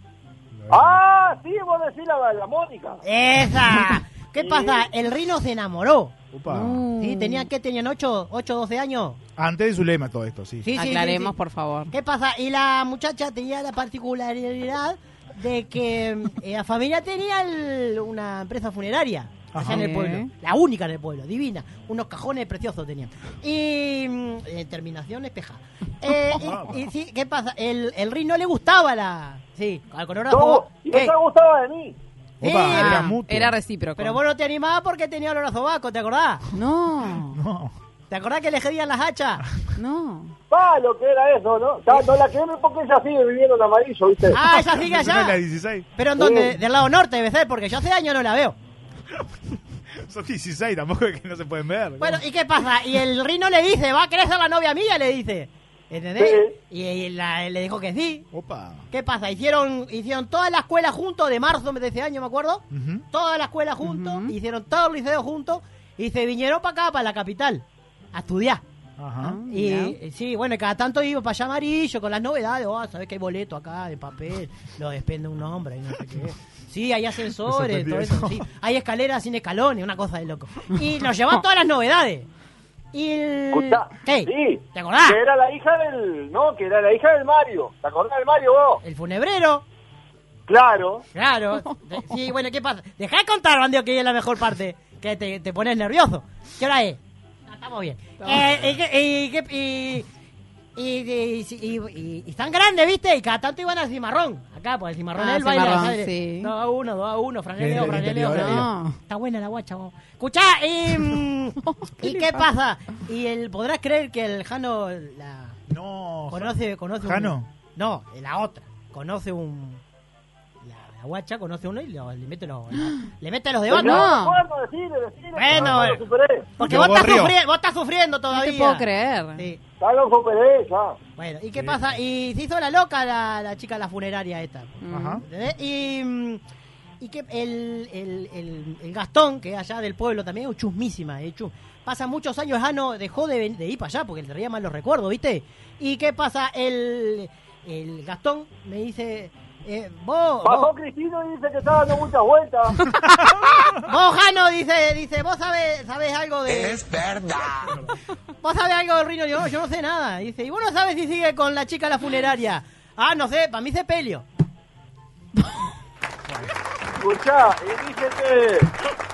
Speaker 30: Ah, sí, vos decís la, la Mónica.
Speaker 9: Eh, Esa. ¿Qué pasa? El rino se enamoró.
Speaker 6: Upa.
Speaker 9: Sí, tenía que tenían 8, 8 12 años.
Speaker 6: Antes de Zulema todo esto, sí.
Speaker 9: Sí, sí, sí,
Speaker 17: Aclaremos,
Speaker 9: sí.
Speaker 17: por favor.
Speaker 9: ¿Qué pasa? Y la muchacha tenía la particularidad de que eh, la familia tenía el- una empresa funeraria allá
Speaker 17: Ajá.
Speaker 9: en el
Speaker 17: Sí.
Speaker 9: pueblo. La única en el pueblo, divina. Unos cajones preciosos tenían. Y mm, eh, terminación espeja.
Speaker 30: [laughs]
Speaker 9: Eh, y, y sí, ¿qué pasa? El, el Riz no le gustaba la... Sí, al colorado.
Speaker 30: No,
Speaker 9: ¿Qué?
Speaker 30: no te gustaba de mí.
Speaker 9: Sí,
Speaker 17: Opa, era mutuo. Ah, era recíproco.
Speaker 9: Eh, Pero vos no te animabas porque tenía olor a sobaco, ¿te acordás?
Speaker 30: [laughs]
Speaker 17: No.
Speaker 9: ¿Te acordás que le jodían las hachas?
Speaker 17: No.
Speaker 30: Pa, Ah, lo que era eso, ¿no? Ya, no la quemé porque ella sigue viviendo en amarillo, ¿viste?
Speaker 6: [laughs]
Speaker 9: Ah, ella [laughs] sigue allá. Pero en donde,
Speaker 6: Oh.
Speaker 9: del lado norte debe ser, porque yo hace años no la veo.
Speaker 6: Son 16, tampoco es que no se pueden ver.
Speaker 9: Bueno, ¿y qué pasa? Y el rino le dice, ¿va a querer ser la novia mía? Le dice. ¿Entendés? Y, y la- él le dijo que sí.
Speaker 6: Opa.
Speaker 9: ¿Qué pasa? Hicieron, hicieron toda la escuela juntos, de marzo de ese año, me acuerdo.
Speaker 6: Ujú.
Speaker 9: Toda la escuela juntos, hicieron todo el liceo juntos y se vinieron para acá, para la capital, a estudiar.
Speaker 8: Ah,
Speaker 9: Ajá. Y eh, sí, bueno, cada tanto iba para allá amarillo con las novedades. Oh, sabes que hay boleto acá de papel, lo despende un hombre y no sé qué. Sí, hay ascensores, todo eso. sí. Hay escaleras sin escalones, una cosa de loco. Y nos llevaba todas las novedades. Y el...
Speaker 30: Escuchá,
Speaker 9: ¿Qué?
Speaker 30: sí.
Speaker 9: ¿Te acordás?
Speaker 30: Que era la hija del. No, que era la hija del Mario. ¿Te acordás del Mario vos?
Speaker 9: El funebrero.
Speaker 30: Claro.
Speaker 9: Claro. [laughs] De- Sí, bueno, ¿qué pasa? Dejá de contar, bandeo, que es la mejor parte. Que te, te pones nervioso. ¿Qué hora es? Ah, estamos bien. Eh, y que- y que- y- y- y- y- y- y- y están grandes, ¿viste? Y cada tanto iban al cimarrón. Acá, pues el cimarrón
Speaker 17: Ah,
Speaker 9: eh. es el baile.
Speaker 17: cimarrón,
Speaker 9: ¿sabes?
Speaker 17: sí.
Speaker 9: Dos a uno, dos a uno, franeleo,
Speaker 17: Bien, bien,
Speaker 9: franeleo.
Speaker 17: bien, bien,
Speaker 9: No.
Speaker 17: bien.
Speaker 9: Está buena la guacha, vos. Escuchá, [laughs] y, mm, ¿y qué pasa? ¿Y el, podrás creer que el Jano la...
Speaker 6: No.
Speaker 9: Conoce, conoce un-
Speaker 6: ¿Jano?
Speaker 9: no, la otra. Conoce un... La, la guacha conoce uno y lo- le mete los... Le mete los debates.
Speaker 30: No, no, decile, decile.
Speaker 9: Bueno,
Speaker 30: Ya lo superé.
Speaker 9: Porque vos estás, sufriendo, vos estás sufriendo todavía.
Speaker 17: puedo creer.
Speaker 9: Sí.
Speaker 30: Ya lo superé, ya.
Speaker 9: Bueno, ¿y qué pasa? Y se hizo la loca la, la chica de la funeraria esta.
Speaker 6: Ajá.
Speaker 9: ¿Entendés? Y, mm, y que el, el, el, el Gastón, que es allá del pueblo también, es chusmísima. eh, chus. Pasa muchos años, ya no dejó de, ven- de ir para allá porque le traía malos recuerdos, ¿viste? ¿Y qué pasa? El, el Gastón me dice, eh, vos...
Speaker 30: Pasó
Speaker 9: vos-
Speaker 30: Cristino y dice que estaba dando muchas vueltas.
Speaker 9: [laughs] Vos, Jano, dice, dice, vos sabés, sabés algo de...
Speaker 30: verdad.
Speaker 9: ¿Vos sabés algo del Rino? Yo, yo no sé nada. Dice, y vos no sabes si sigue con la chica de la funeraria. Ah, no sé, para mí se pelio.
Speaker 30: Escuchá, y dice que.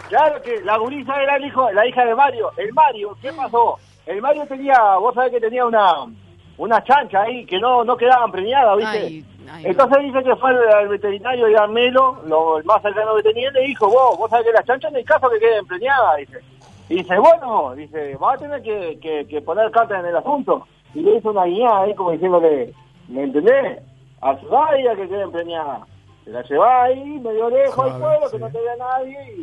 Speaker 30: Claro que la gurisa era el hijo, la hija de Mario. El Mario, ¿qué pasó? El Mario tenía, vos sabés que tenía una una chancha ahí que no, no quedaban preñadas, ¿viste?
Speaker 17: Ay, ay, no.
Speaker 30: Entonces dice que fue al, al veterinario de Armelo, lo, el más cercano que tenía, y le dijo, vos, vos sabés que las chanchas no hay caso que queden preñadas, dice. Y dice, bueno, dice, va a tener que, que, que poner cartas en el asunto. Y le hizo una guía ahí como diciéndole, ¿me entendés? Ayudá a ella que quede preñada. Se la llevá ahí, medio lejos al
Speaker 6: Suave,
Speaker 30: pueblo, que no te vea nadie,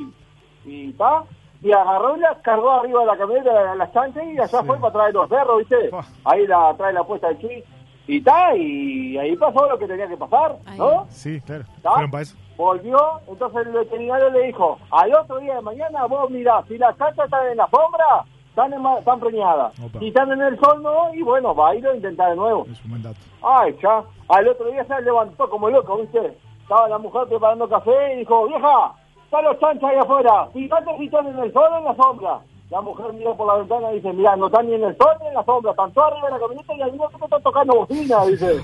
Speaker 30: y, y pa. Y agarró y la cargó arriba de la camioneta, la- las chanchas, y allá fue para atrás de los perros, ¿viste? Ahí la trae la puesta del chis. Y ta, y ahí pasó lo que tenía que pasar, ¿no?
Speaker 6: Sí, claro.
Speaker 30: ¿Está?
Speaker 6: Fueron para eso.
Speaker 30: Volvió, entonces el veterinario le dijo, al otro día de mañana vos mirá, si las cartas están en la sombra, están, en ma- están preñadas.
Speaker 6: Opa.
Speaker 30: Si están en el sol no, y bueno, va a ir a intentar de nuevo.
Speaker 6: Es un mandato.
Speaker 30: Ay, ya. Al otro día se levantó como loco, ¿viste? Estaba la mujer preparando café y dijo, vieja, están los chanchas ahí afuera. Fíjate si están en el sol o en la sombra. La mujer mira por la ventana y dice, mira, no están ni en el sol ni en la sombra. Están todos arriba de la camioneta y al mismo tiempo están tocando bocina, dice.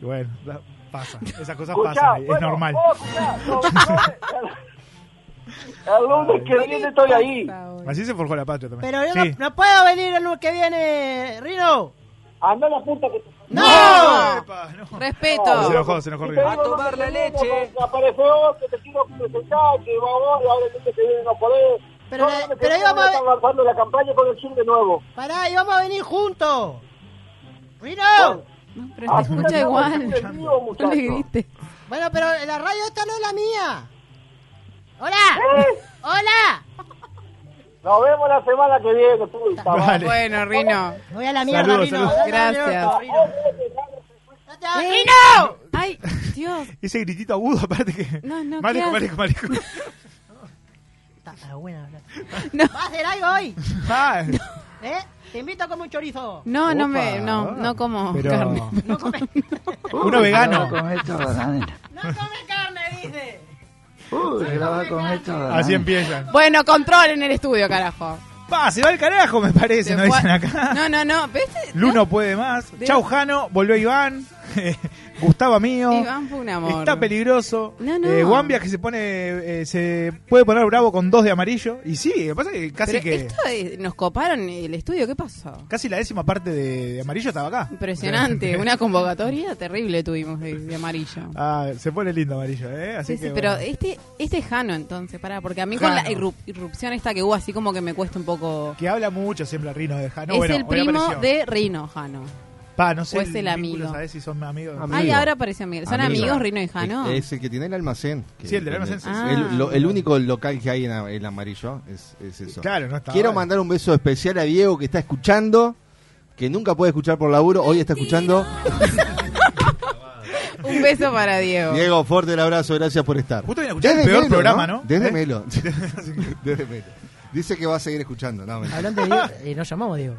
Speaker 6: Y bueno, da- pasa. Esas cosas
Speaker 30: Escuchá,
Speaker 6: pasan. es
Speaker 30: bueno,
Speaker 6: normal.
Speaker 30: vos, mirá, no, no, el lunes que viene estoy ahí.
Speaker 6: Así se forjó la patria también.
Speaker 9: Pero yo
Speaker 6: Sí.
Speaker 9: no, no puedo venir el lunes que viene, Rino.
Speaker 30: Anda la puta que
Speaker 9: ¡No!
Speaker 6: Se
Speaker 17: Respeto.
Speaker 6: enojó, se enojó.
Speaker 30: Y
Speaker 6: Rino.
Speaker 30: te digo, no,
Speaker 17: tomar
Speaker 30: que
Speaker 17: la
Speaker 30: te
Speaker 17: leche.
Speaker 30: viene, que Apareció, que te quiero presentar, que va vos, y ahora el lunes que viene no podés.
Speaker 9: Pero
Speaker 30: No,
Speaker 9: la-
Speaker 30: no, que
Speaker 9: pero
Speaker 30: te-
Speaker 9: íbamos a ver-
Speaker 30: están lanzando la campaña con el Zoom de nuevo.
Speaker 9: Pará, y vamos a venir juntos. Rino.
Speaker 30: Bueno,
Speaker 17: Pero te
Speaker 30: así
Speaker 17: escucha
Speaker 30: estamos
Speaker 17: igual.
Speaker 30: en vivo,
Speaker 17: No
Speaker 30: muchachos.
Speaker 17: le grites.
Speaker 9: Bueno, pero la radio esta no es la mía. ¡Hola!
Speaker 30: ¿Eh?
Speaker 9: ¡Hola!
Speaker 30: Nos vemos la semana que viene, puta.
Speaker 6: Vale.
Speaker 17: Bueno, Rino.
Speaker 9: Me voy a la mierda,
Speaker 6: Saludos,
Speaker 9: Rino.
Speaker 6: saludos.
Speaker 9: Dale,
Speaker 17: Gracias.
Speaker 9: Rino, Rino. No te hagas-
Speaker 17: Eh.
Speaker 9: ¡Rino!
Speaker 17: Ay, Dios.
Speaker 6: Ese gritito agudo, aparte que.
Speaker 17: No, no,
Speaker 6: Maleco,
Speaker 17: ¿qué
Speaker 6: maleco, maleco.
Speaker 9: [laughs] Está, está buena. bla.
Speaker 17: [laughs] No.
Speaker 9: ¿Vas a hacer algo hoy?
Speaker 6: Ah,
Speaker 9: ¿Eh? Te invito a comer un chorizo.
Speaker 17: No, no me,
Speaker 6: Opa.
Speaker 17: no, no como
Speaker 6: Pero-
Speaker 17: carne.
Speaker 9: No comes
Speaker 6: Uno vegano.
Speaker 9: no come carne, dice.
Speaker 30: Ah,
Speaker 6: Así empiezan.
Speaker 17: Bueno, control en el estudio, carajo.
Speaker 6: Pa, se va el carajo, me parece,
Speaker 17: Se
Speaker 6: no
Speaker 17: fue-
Speaker 6: dicen acá.
Speaker 17: No, no, este no. ¿Viste?
Speaker 6: [laughs] Luno puede más.
Speaker 17: De-
Speaker 6: Chau, Jano. Volvió Iván. [laughs] Gustavo mío.
Speaker 17: Iván fue un amor.
Speaker 6: Está peligroso.
Speaker 17: No, no.
Speaker 6: Eh, Guambia que se pone. eh, se puede poner bravo con dos de amarillo. Y sí, lo que pasa es que casi
Speaker 17: Pero
Speaker 6: que.
Speaker 17: Esto es- nos coparon el estudio, ¿qué pasó?
Speaker 6: Casi la décima parte de, de amarillo estaba acá. [laughs]
Speaker 17: Impresionante, una convocatoria terrible tuvimos de, de amarillo.
Speaker 6: Ah, se pone lindo amarillo, ¿eh? Así
Speaker 17: Sí, sí,
Speaker 6: que,
Speaker 17: pero
Speaker 6: bueno.
Speaker 17: este, este es Jano entonces, pará, porque a mí con
Speaker 6: Jano.
Speaker 17: la irru- irrupción esta que hubo así como que me cuesta un poco...
Speaker 6: Que habla mucho siempre Rino de Jano.
Speaker 17: es
Speaker 6: Ah, bueno,
Speaker 17: el
Speaker 6: hoy
Speaker 17: primo
Speaker 6: apareció.
Speaker 17: de Rino Jano.
Speaker 6: Pa, no sé.
Speaker 17: o es el
Speaker 6: vínculo,
Speaker 17: amigo.
Speaker 6: ¿Sabés si son amigos? Ah.
Speaker 1: Amigo.
Speaker 17: Ay, ahora apareció Miguel. ¿Son
Speaker 1: Amigo.
Speaker 17: amigos Rino y Jano?
Speaker 1: Es, es el que tiene el almacén. que-
Speaker 6: Sí, el del almacén, sí,
Speaker 17: sí.
Speaker 1: El,
Speaker 17: Ah.
Speaker 1: lo- el único local que hay en, a- en amarillo es, es eso.
Speaker 6: Claro, no está
Speaker 1: Quiero
Speaker 6: mal.
Speaker 1: mandar un beso especial a Diego que está escuchando, que nunca puede escuchar por laburo, hoy está escuchando.
Speaker 17: [laughs] Un beso para Diego.
Speaker 1: Diego, fuerte el abrazo, gracias por estar.
Speaker 6: ¿Eh? [laughs] Justo viene a escuchar el peor programa, ¿no?
Speaker 1: [laughs] Desde
Speaker 6: ¿Eh?
Speaker 1: Melo. Desde Melo. Dice que va a seguir escuchando. No, mentira.
Speaker 9: Hablando de Diego, eh, nos llamamos a Diego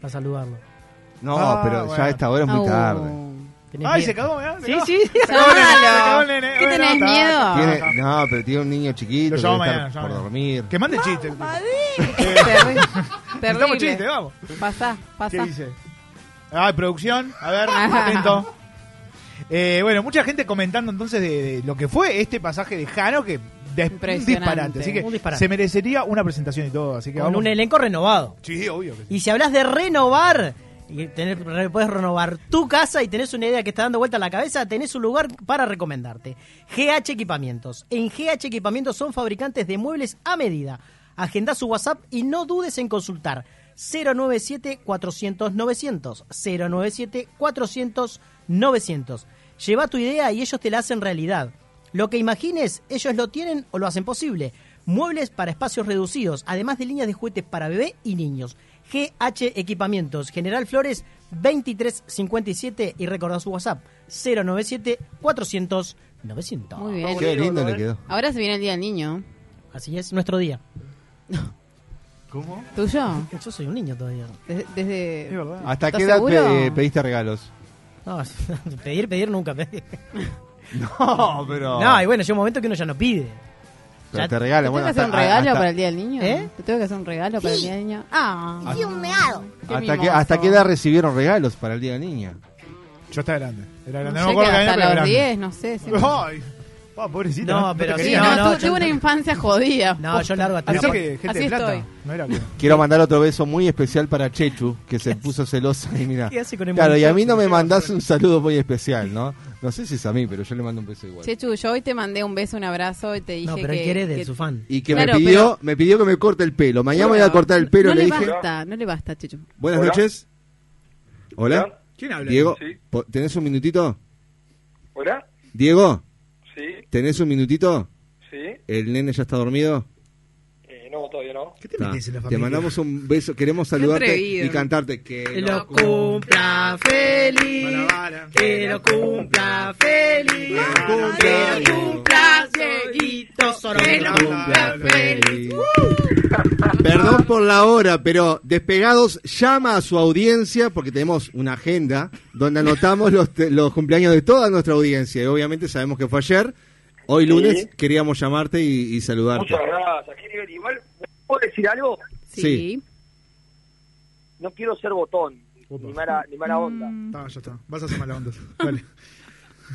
Speaker 9: para saludarlo.
Speaker 1: No,
Speaker 9: Ah,
Speaker 1: pero
Speaker 9: bueno.
Speaker 1: ya a esta hora es muy
Speaker 9: Au.
Speaker 1: tarde.
Speaker 9: Tenés
Speaker 6: Ay,
Speaker 9: miedo.
Speaker 6: se cagó, mirá. se
Speaker 9: Sí,
Speaker 6: cagó.
Speaker 9: sí,
Speaker 6: Se cagó el nene, se cagó el
Speaker 9: llamalo.
Speaker 6: nene.
Speaker 9: ¿Qué
Speaker 6: Bueno,
Speaker 9: tenés
Speaker 6: está.
Speaker 17: Ah.
Speaker 9: miedo?
Speaker 1: Tiene- no, pero tiene un niño chiquito
Speaker 6: Lo
Speaker 1: que
Speaker 6: llamo
Speaker 1: debe estar
Speaker 6: mañana, llamo
Speaker 1: por
Speaker 6: mañana.
Speaker 1: dormir.
Speaker 6: Que mande chiste.
Speaker 17: Ah. Terrible.
Speaker 6: [laughs] Necesitamos chiste, vamos.
Speaker 17: Pasá, pasá.
Speaker 6: ¿Qué dice? Ah, producción. A ver, atento. Eh, bueno, mucha gente comentando entonces de, de lo que fue este pasaje de Jano que des- un
Speaker 9: Impresionante.
Speaker 6: disparate. Así que
Speaker 9: Un disparate.
Speaker 6: se merecería una presentación y todo. Así que
Speaker 9: Con
Speaker 6: vamos.
Speaker 9: un e- elenco renovado.
Speaker 6: Sí, obvio. Que sí.
Speaker 9: Y si hablas de renovar, y tener- re- puedes renovar tu casa y tenés una idea que está dando vuelta a la cabeza, tenés un lugar para recomendarte. GH Equipamientos. En GH Equipamientos son fabricantes de muebles a medida. Agenda su WhatsApp y no dudes en consultar 097 400 900 097 400 900. Lleva tu idea y ellos te la hacen realidad. Lo que imagines, ellos lo tienen o lo hacen posible. Muebles para espacios reducidos, además de líneas de juguetes para bebé y niños. GH Equipamientos, General Flores 2357 y recordá su WhatsApp 097 400 900.
Speaker 17: Muy bien.
Speaker 1: Qué lindo le quedó.
Speaker 17: Ahora se viene el Día del Niño.
Speaker 9: Así es nuestro
Speaker 1: [laughs]
Speaker 9: día.
Speaker 6: ¿Cómo? [laughs]
Speaker 17: ¿Tuyo?
Speaker 9: Yo soy un niño todavía.
Speaker 17: Desde... desde
Speaker 1: ¿Hasta
Speaker 17: ¿Estás
Speaker 1: qué edad
Speaker 17: seguro?
Speaker 1: pe- pediste regalos?
Speaker 9: No, [laughs] pedir, pedir nunca. pedir.
Speaker 1: [laughs] No, pero.
Speaker 9: No, y bueno, llega un momento que uno ya no pide.
Speaker 1: Pero
Speaker 9: ya-
Speaker 1: te regalan.
Speaker 9: ¿Te
Speaker 1: Bueno,
Speaker 9: tengo que hacer
Speaker 1: hasta,
Speaker 9: un regalo
Speaker 1: hasta-
Speaker 17: para el Día del Niño?
Speaker 9: ¿Eh?
Speaker 17: ¿Te tengo que hacer un regalo para el Día del Niño? Ah.
Speaker 18: Y un meado.
Speaker 1: hasta qué- ¿Hasta qué edad recibieron regalos para el Día de Niña?
Speaker 6: Yo estaba grande. Era grande.
Speaker 17: No sé,
Speaker 6: me acuerdo
Speaker 17: que
Speaker 6: qué año,
Speaker 17: hasta
Speaker 6: pero
Speaker 17: los
Speaker 6: grande.
Speaker 17: 10, no sé. sí.
Speaker 6: Ay, pa, Ah, pobrecito.
Speaker 9: No,
Speaker 6: te
Speaker 9: pero sí,
Speaker 6: quería.
Speaker 17: No,
Speaker 9: no,
Speaker 17: tu-
Speaker 9: yo-
Speaker 17: tuve una infancia jodida.
Speaker 9: No, yo largo hasta
Speaker 6: Y eso
Speaker 9: la-
Speaker 6: que gente
Speaker 17: Así
Speaker 6: de plata.
Speaker 17: estoy.
Speaker 6: No era que-
Speaker 1: Quiero mandar otro beso muy especial para Chechu, que se puso celosa y mira.
Speaker 9: ¿Qué hace con el
Speaker 1: Claro, y a mí no
Speaker 9: muchacho?
Speaker 1: me mandás un saludo muy especial, ¿no? No sé si es a mí, pero yo le mando un beso igual.
Speaker 17: Chechu, yo hoy te mandé un beso, un abrazo y te dije
Speaker 9: No, pero
Speaker 17: que...
Speaker 9: él quiere de
Speaker 17: que-
Speaker 9: su fan.
Speaker 1: Y que
Speaker 17: Claro,
Speaker 1: me pidió, me pidió que me corte el pelo. Mañana me voy a cortar el pelo,
Speaker 17: no
Speaker 1: le
Speaker 17: le
Speaker 1: dije.
Speaker 17: Basta, no le basta, Chechu.
Speaker 1: Buenas
Speaker 17: Hola.
Speaker 1: noches. Hola.
Speaker 6: ¿Quién habla?
Speaker 1: Diego,
Speaker 7: Sí.
Speaker 1: po- ¿tenés un minutito?
Speaker 7: ¿Hola?
Speaker 1: Diego,
Speaker 7: Sí,
Speaker 1: ¿tenés un minutito?
Speaker 7: sí.
Speaker 1: ¿El nene ya está dormido?
Speaker 7: Eh, no, todavía no.
Speaker 6: ¿Qué te
Speaker 1: Está.
Speaker 6: metes en la
Speaker 1: Te
Speaker 6: familia?
Speaker 1: mandamos un beso, queremos saludarte
Speaker 7: atrevido.
Speaker 1: y cantarte que
Speaker 9: Que
Speaker 1: lo
Speaker 9: lo cumpla feliz. Que lo cumpla feliz. Que lo cumpla Dieguito. Solo Que lo cumpla feliz.
Speaker 1: Perdón por la hora, pero Despegados llama a su audiencia porque tenemos una agenda donde anotamos los, te- los cumpleaños de toda nuestra audiencia. Y obviamente sabemos que fue ayer. Hoy lunes queríamos llamarte y, y saludarte.
Speaker 7: Muchas gracias. Qué nivel. Igual, ¿puedo decir algo?
Speaker 1: Sí.
Speaker 7: No quiero ser botón, ni mala, ni mala onda.
Speaker 6: Está, ya está. Vas a hacer
Speaker 7: [laughs]
Speaker 6: mala onda. Dale.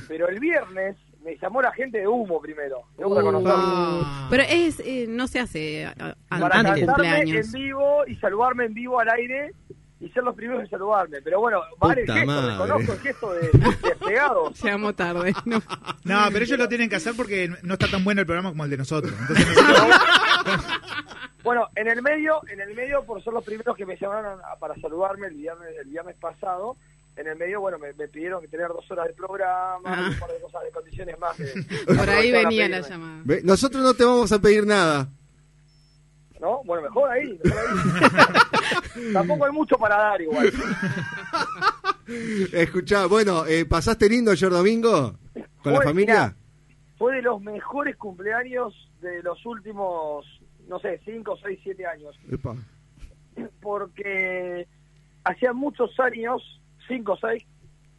Speaker 7: Pero el viernes me llamó la gente de humo primero. De
Speaker 17: Uh,
Speaker 7: Humo Reconocido.
Speaker 17: Pero es, eh, no se hace eh, a-
Speaker 7: para
Speaker 17: antes del
Speaker 7: cantarme en
Speaker 17: cumpleaños.
Speaker 7: vivo y saludarme en vivo al aire y ser los primeros en saludarme. Pero bueno, vale el
Speaker 1: Puta
Speaker 7: gesto,
Speaker 1: madre.
Speaker 7: reconozco el gesto de, de despegado.
Speaker 17: Llegamos tarde. No.
Speaker 6: No, pero ellos lo tienen que hacer porque no está tan bueno el programa como el de nosotros. Entonces,
Speaker 7: Bueno, en el medio, en el medio, por ser los primeros que me llamaron a- para saludarme el viernes, el viernes pasado, en el medio, bueno, me, me pidieron que tener dos horas de programa, un par de cosas de condiciones más. que-
Speaker 17: Ah. [laughs] Por ahí
Speaker 7: Van a
Speaker 17: venía la
Speaker 7: pedirme.
Speaker 17: llamada.
Speaker 1: Ve- Nosotros no te vamos a pedir nada.
Speaker 7: ¿No? Bueno, mejor ahí. mejor
Speaker 17: [laughs]
Speaker 7: ahí. Tampoco hay mucho para dar igual.
Speaker 1: Escuchá, bueno, eh, ¿pasaste lindo ayer domingo? ¿Con la
Speaker 7: Fue,
Speaker 1: familia?
Speaker 7: Fue de los mejores cumpleaños de los últimos, no sé, 5, 6, 7 años.
Speaker 1: Epa.
Speaker 7: porque hacía muchos años, 5 o 6,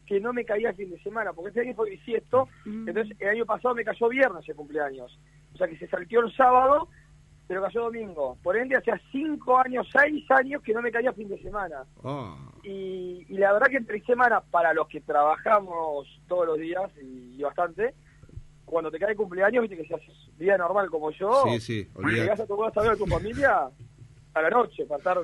Speaker 7: que no me caía el fin de semana, porque este año fue bisiesto, entonces el año pasado me cayó viernes el cumpleaños, o sea que se salteó el sábado, pero cayó domingo, por ende hacía 5 años, 6 años que no me caía fin de semana,
Speaker 1: Ah.
Speaker 7: y, y la verdad que entre semana, para los que trabajamos todos los días, y, y bastante, cuando te cae el cumpleaños, viste que se hace vida normal como yo,
Speaker 1: Sí, sí, olvidate.
Speaker 7: llegás a tu casa a ver a tu familia a la noche, para estar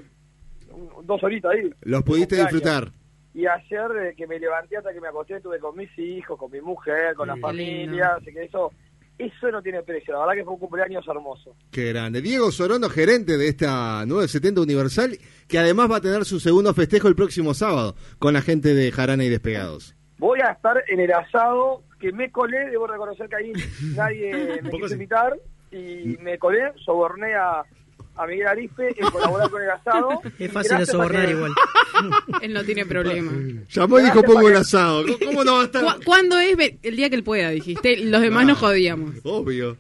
Speaker 7: un- dos horitas ahí.
Speaker 1: ¿Los pudiste
Speaker 7: Cumpleaños.
Speaker 1: disfrutar?
Speaker 7: Y ayer eh, que me levanté hasta que me acosté, estuve con mis hijos, con mi mujer, con la familia, así que eso, eso no tiene precio. La verdad que fue un cumpleaños hermoso.
Speaker 1: Qué grande. Diego Sorono, gerente de esta 970 Universal, que además va a tener su segundo festejo el próximo sábado con la gente de Jarana y Despegados.
Speaker 7: Voy a estar en el asado que me colé, debo
Speaker 1: [laughs]
Speaker 7: reconocer que ahí nadie me quiso invitar, y me colé, soborné a, a Miguel Arispe en colaborar con
Speaker 1: [laughs]
Speaker 7: el asado.
Speaker 9: Es
Speaker 7: Y
Speaker 9: fácil de
Speaker 7: gracias a
Speaker 9: sobornar
Speaker 7: que-
Speaker 9: igual.
Speaker 17: Él no tiene problema.
Speaker 1: Llamó y dijo pongo el asado. ¿Cómo-
Speaker 7: [laughs]
Speaker 1: ¿Cómo no va a estar?
Speaker 17: ¿Cu- ¿Cuándo es ve- el día que él pueda? Dijiste, los demás nos jodíamos.
Speaker 1: [laughs] Obvio.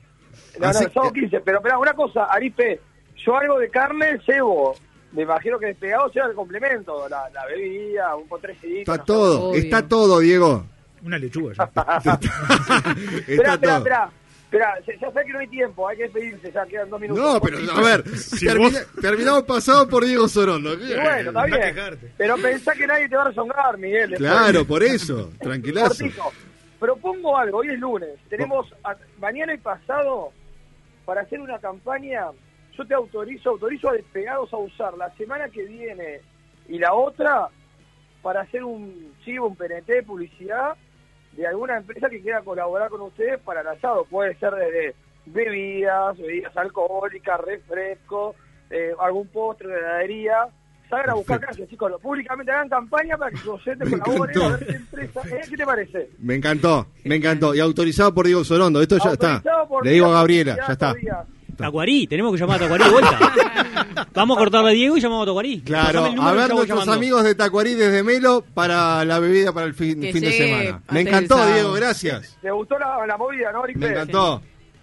Speaker 7: No, no,
Speaker 1: Así-
Speaker 7: el sábado 15, pero espera, una cosa, Aripe, Yo algo de carne llevo. Me imagino que despegado lleva el complemento, la, la bebida, un potrecitos.
Speaker 1: Está todo, está todo, Diego.
Speaker 6: Una lechuga. ya.
Speaker 1: [laughs]
Speaker 7: Espera,
Speaker 1: Está
Speaker 7: espera,
Speaker 1: todo.
Speaker 7: espera. Espera, ya- ya sé que no hay tiempo, hay que despedirse, ya quedan dos minutos.
Speaker 1: No, pero a ver,
Speaker 7: [laughs] Si
Speaker 1: termina- terminamos pasado por Diego Sorondo.
Speaker 7: Y bueno, está bien. Pero pensá que nadie te va a rezongar, Miguel. después.
Speaker 1: Claro, por eso, tranquilazo. Oh.
Speaker 7: Cortito. Propongo algo, hoy es lunes. Tenemos a- mañana y pasado para hacer una campaña. Yo te autorizo, autorizo a despegados a usar la semana que viene y la otra para hacer un chivo, un PNT de publicidad de alguna empresa que quiera colaborar con ustedes para el asado. Puede ser desde bebidas, bebidas alcohólicas, refresco, eh, algún postre, de heladería. Salgan a buscar calles, chicos. Lo- Públicamente hagan campaña para que
Speaker 1: [laughs]
Speaker 7: los oyentes colaboren a ver qué empresa. ¿eh? ¿Qué te parece?
Speaker 1: Me encantó, me encantó. Y autorizado por Diego Sorondo, esto ya está.
Speaker 7: Autorizado por
Speaker 1: Le digo a
Speaker 7: Diego
Speaker 1: Gabriela,
Speaker 7: Sorondo,
Speaker 1: ya está.
Speaker 9: Tacuarí, tenemos que llamar a Tacuarí de vuelta. Vamos a cortarle a Diego y llamamos a Tacuarí.
Speaker 1: Claro,
Speaker 9: Pasame el número
Speaker 1: a
Speaker 9: y
Speaker 1: ver
Speaker 9: ya voy
Speaker 1: nuestros
Speaker 9: llamando.
Speaker 1: amigos de Tacuarí desde Melo para la bebida para el fin,
Speaker 7: Que
Speaker 1: fin de
Speaker 7: llegue
Speaker 1: semana.
Speaker 7: antes
Speaker 1: Me
Speaker 7: del
Speaker 1: encantó,
Speaker 7: sábado.
Speaker 1: Diego, gracias.
Speaker 7: ¿Te gustó la, la movida, no, Rick
Speaker 1: Me
Speaker 7: Pérez?
Speaker 1: encantó.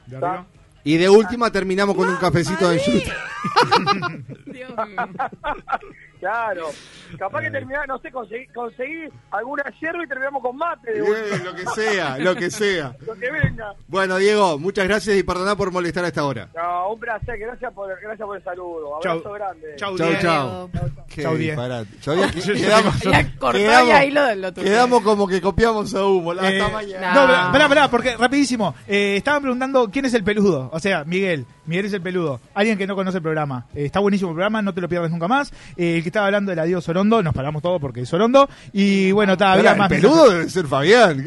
Speaker 7: Está-
Speaker 1: Y de última terminamos con un cafecito de yuta.
Speaker 7: [laughs]
Speaker 1: [laughs]
Speaker 7: Claro. Capaz que terminás, no sé, conseguí, conseguí alguna hierba y terminamos con mate. de
Speaker 1: Bien,
Speaker 7: última.
Speaker 1: lo que sea, lo que sea.
Speaker 7: [laughs] Lo que venga.
Speaker 1: Bueno, Diego, muchas gracias y perdoná por molestar a esta hora.
Speaker 7: No, un placer. Gracias por, gracias por el saludo. Abrazo grande.
Speaker 1: Chau, chau. Qué
Speaker 6: Chau, Diego.
Speaker 1: disparate. Yo había-
Speaker 6: [laughs] Yo- yo-
Speaker 1: quedamos,
Speaker 6: Ya cortó y
Speaker 1: quedamos-
Speaker 6: ahí lo- lo tuve.
Speaker 1: quedamos como que copiamos a humo. Hasta
Speaker 6: Eh,
Speaker 1: mañana.
Speaker 6: No, pará, pará, pará, porque rapidísimo. Eh, estaban preguntando quién es el peludo. O sea, Miguel. Miguel es el peludo. Alguien que no conoce el programa. Eh, está buenísimo el programa, no te lo pierdas nunca más. Eh, el que estaba hablando era Diego Sorondo, nos paramos todos porque es Sorondo. Y bueno, está,
Speaker 1: Pará,
Speaker 6: había
Speaker 1: el
Speaker 6: más.
Speaker 1: peludo debe ser Fabián.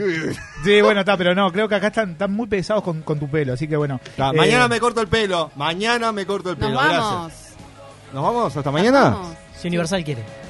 Speaker 6: Sí, bueno, está, pero no, creo que acá están, están muy pesados con, con tu pelo, así que bueno.
Speaker 1: Ta,
Speaker 6: eh,
Speaker 1: Ah, mañana me corto el pelo. Mañana me corto el pelo.
Speaker 6: vamos.
Speaker 1: Gracias. ¿Nos vamos? ¿Hasta mañana?
Speaker 33: Si Universal quiere.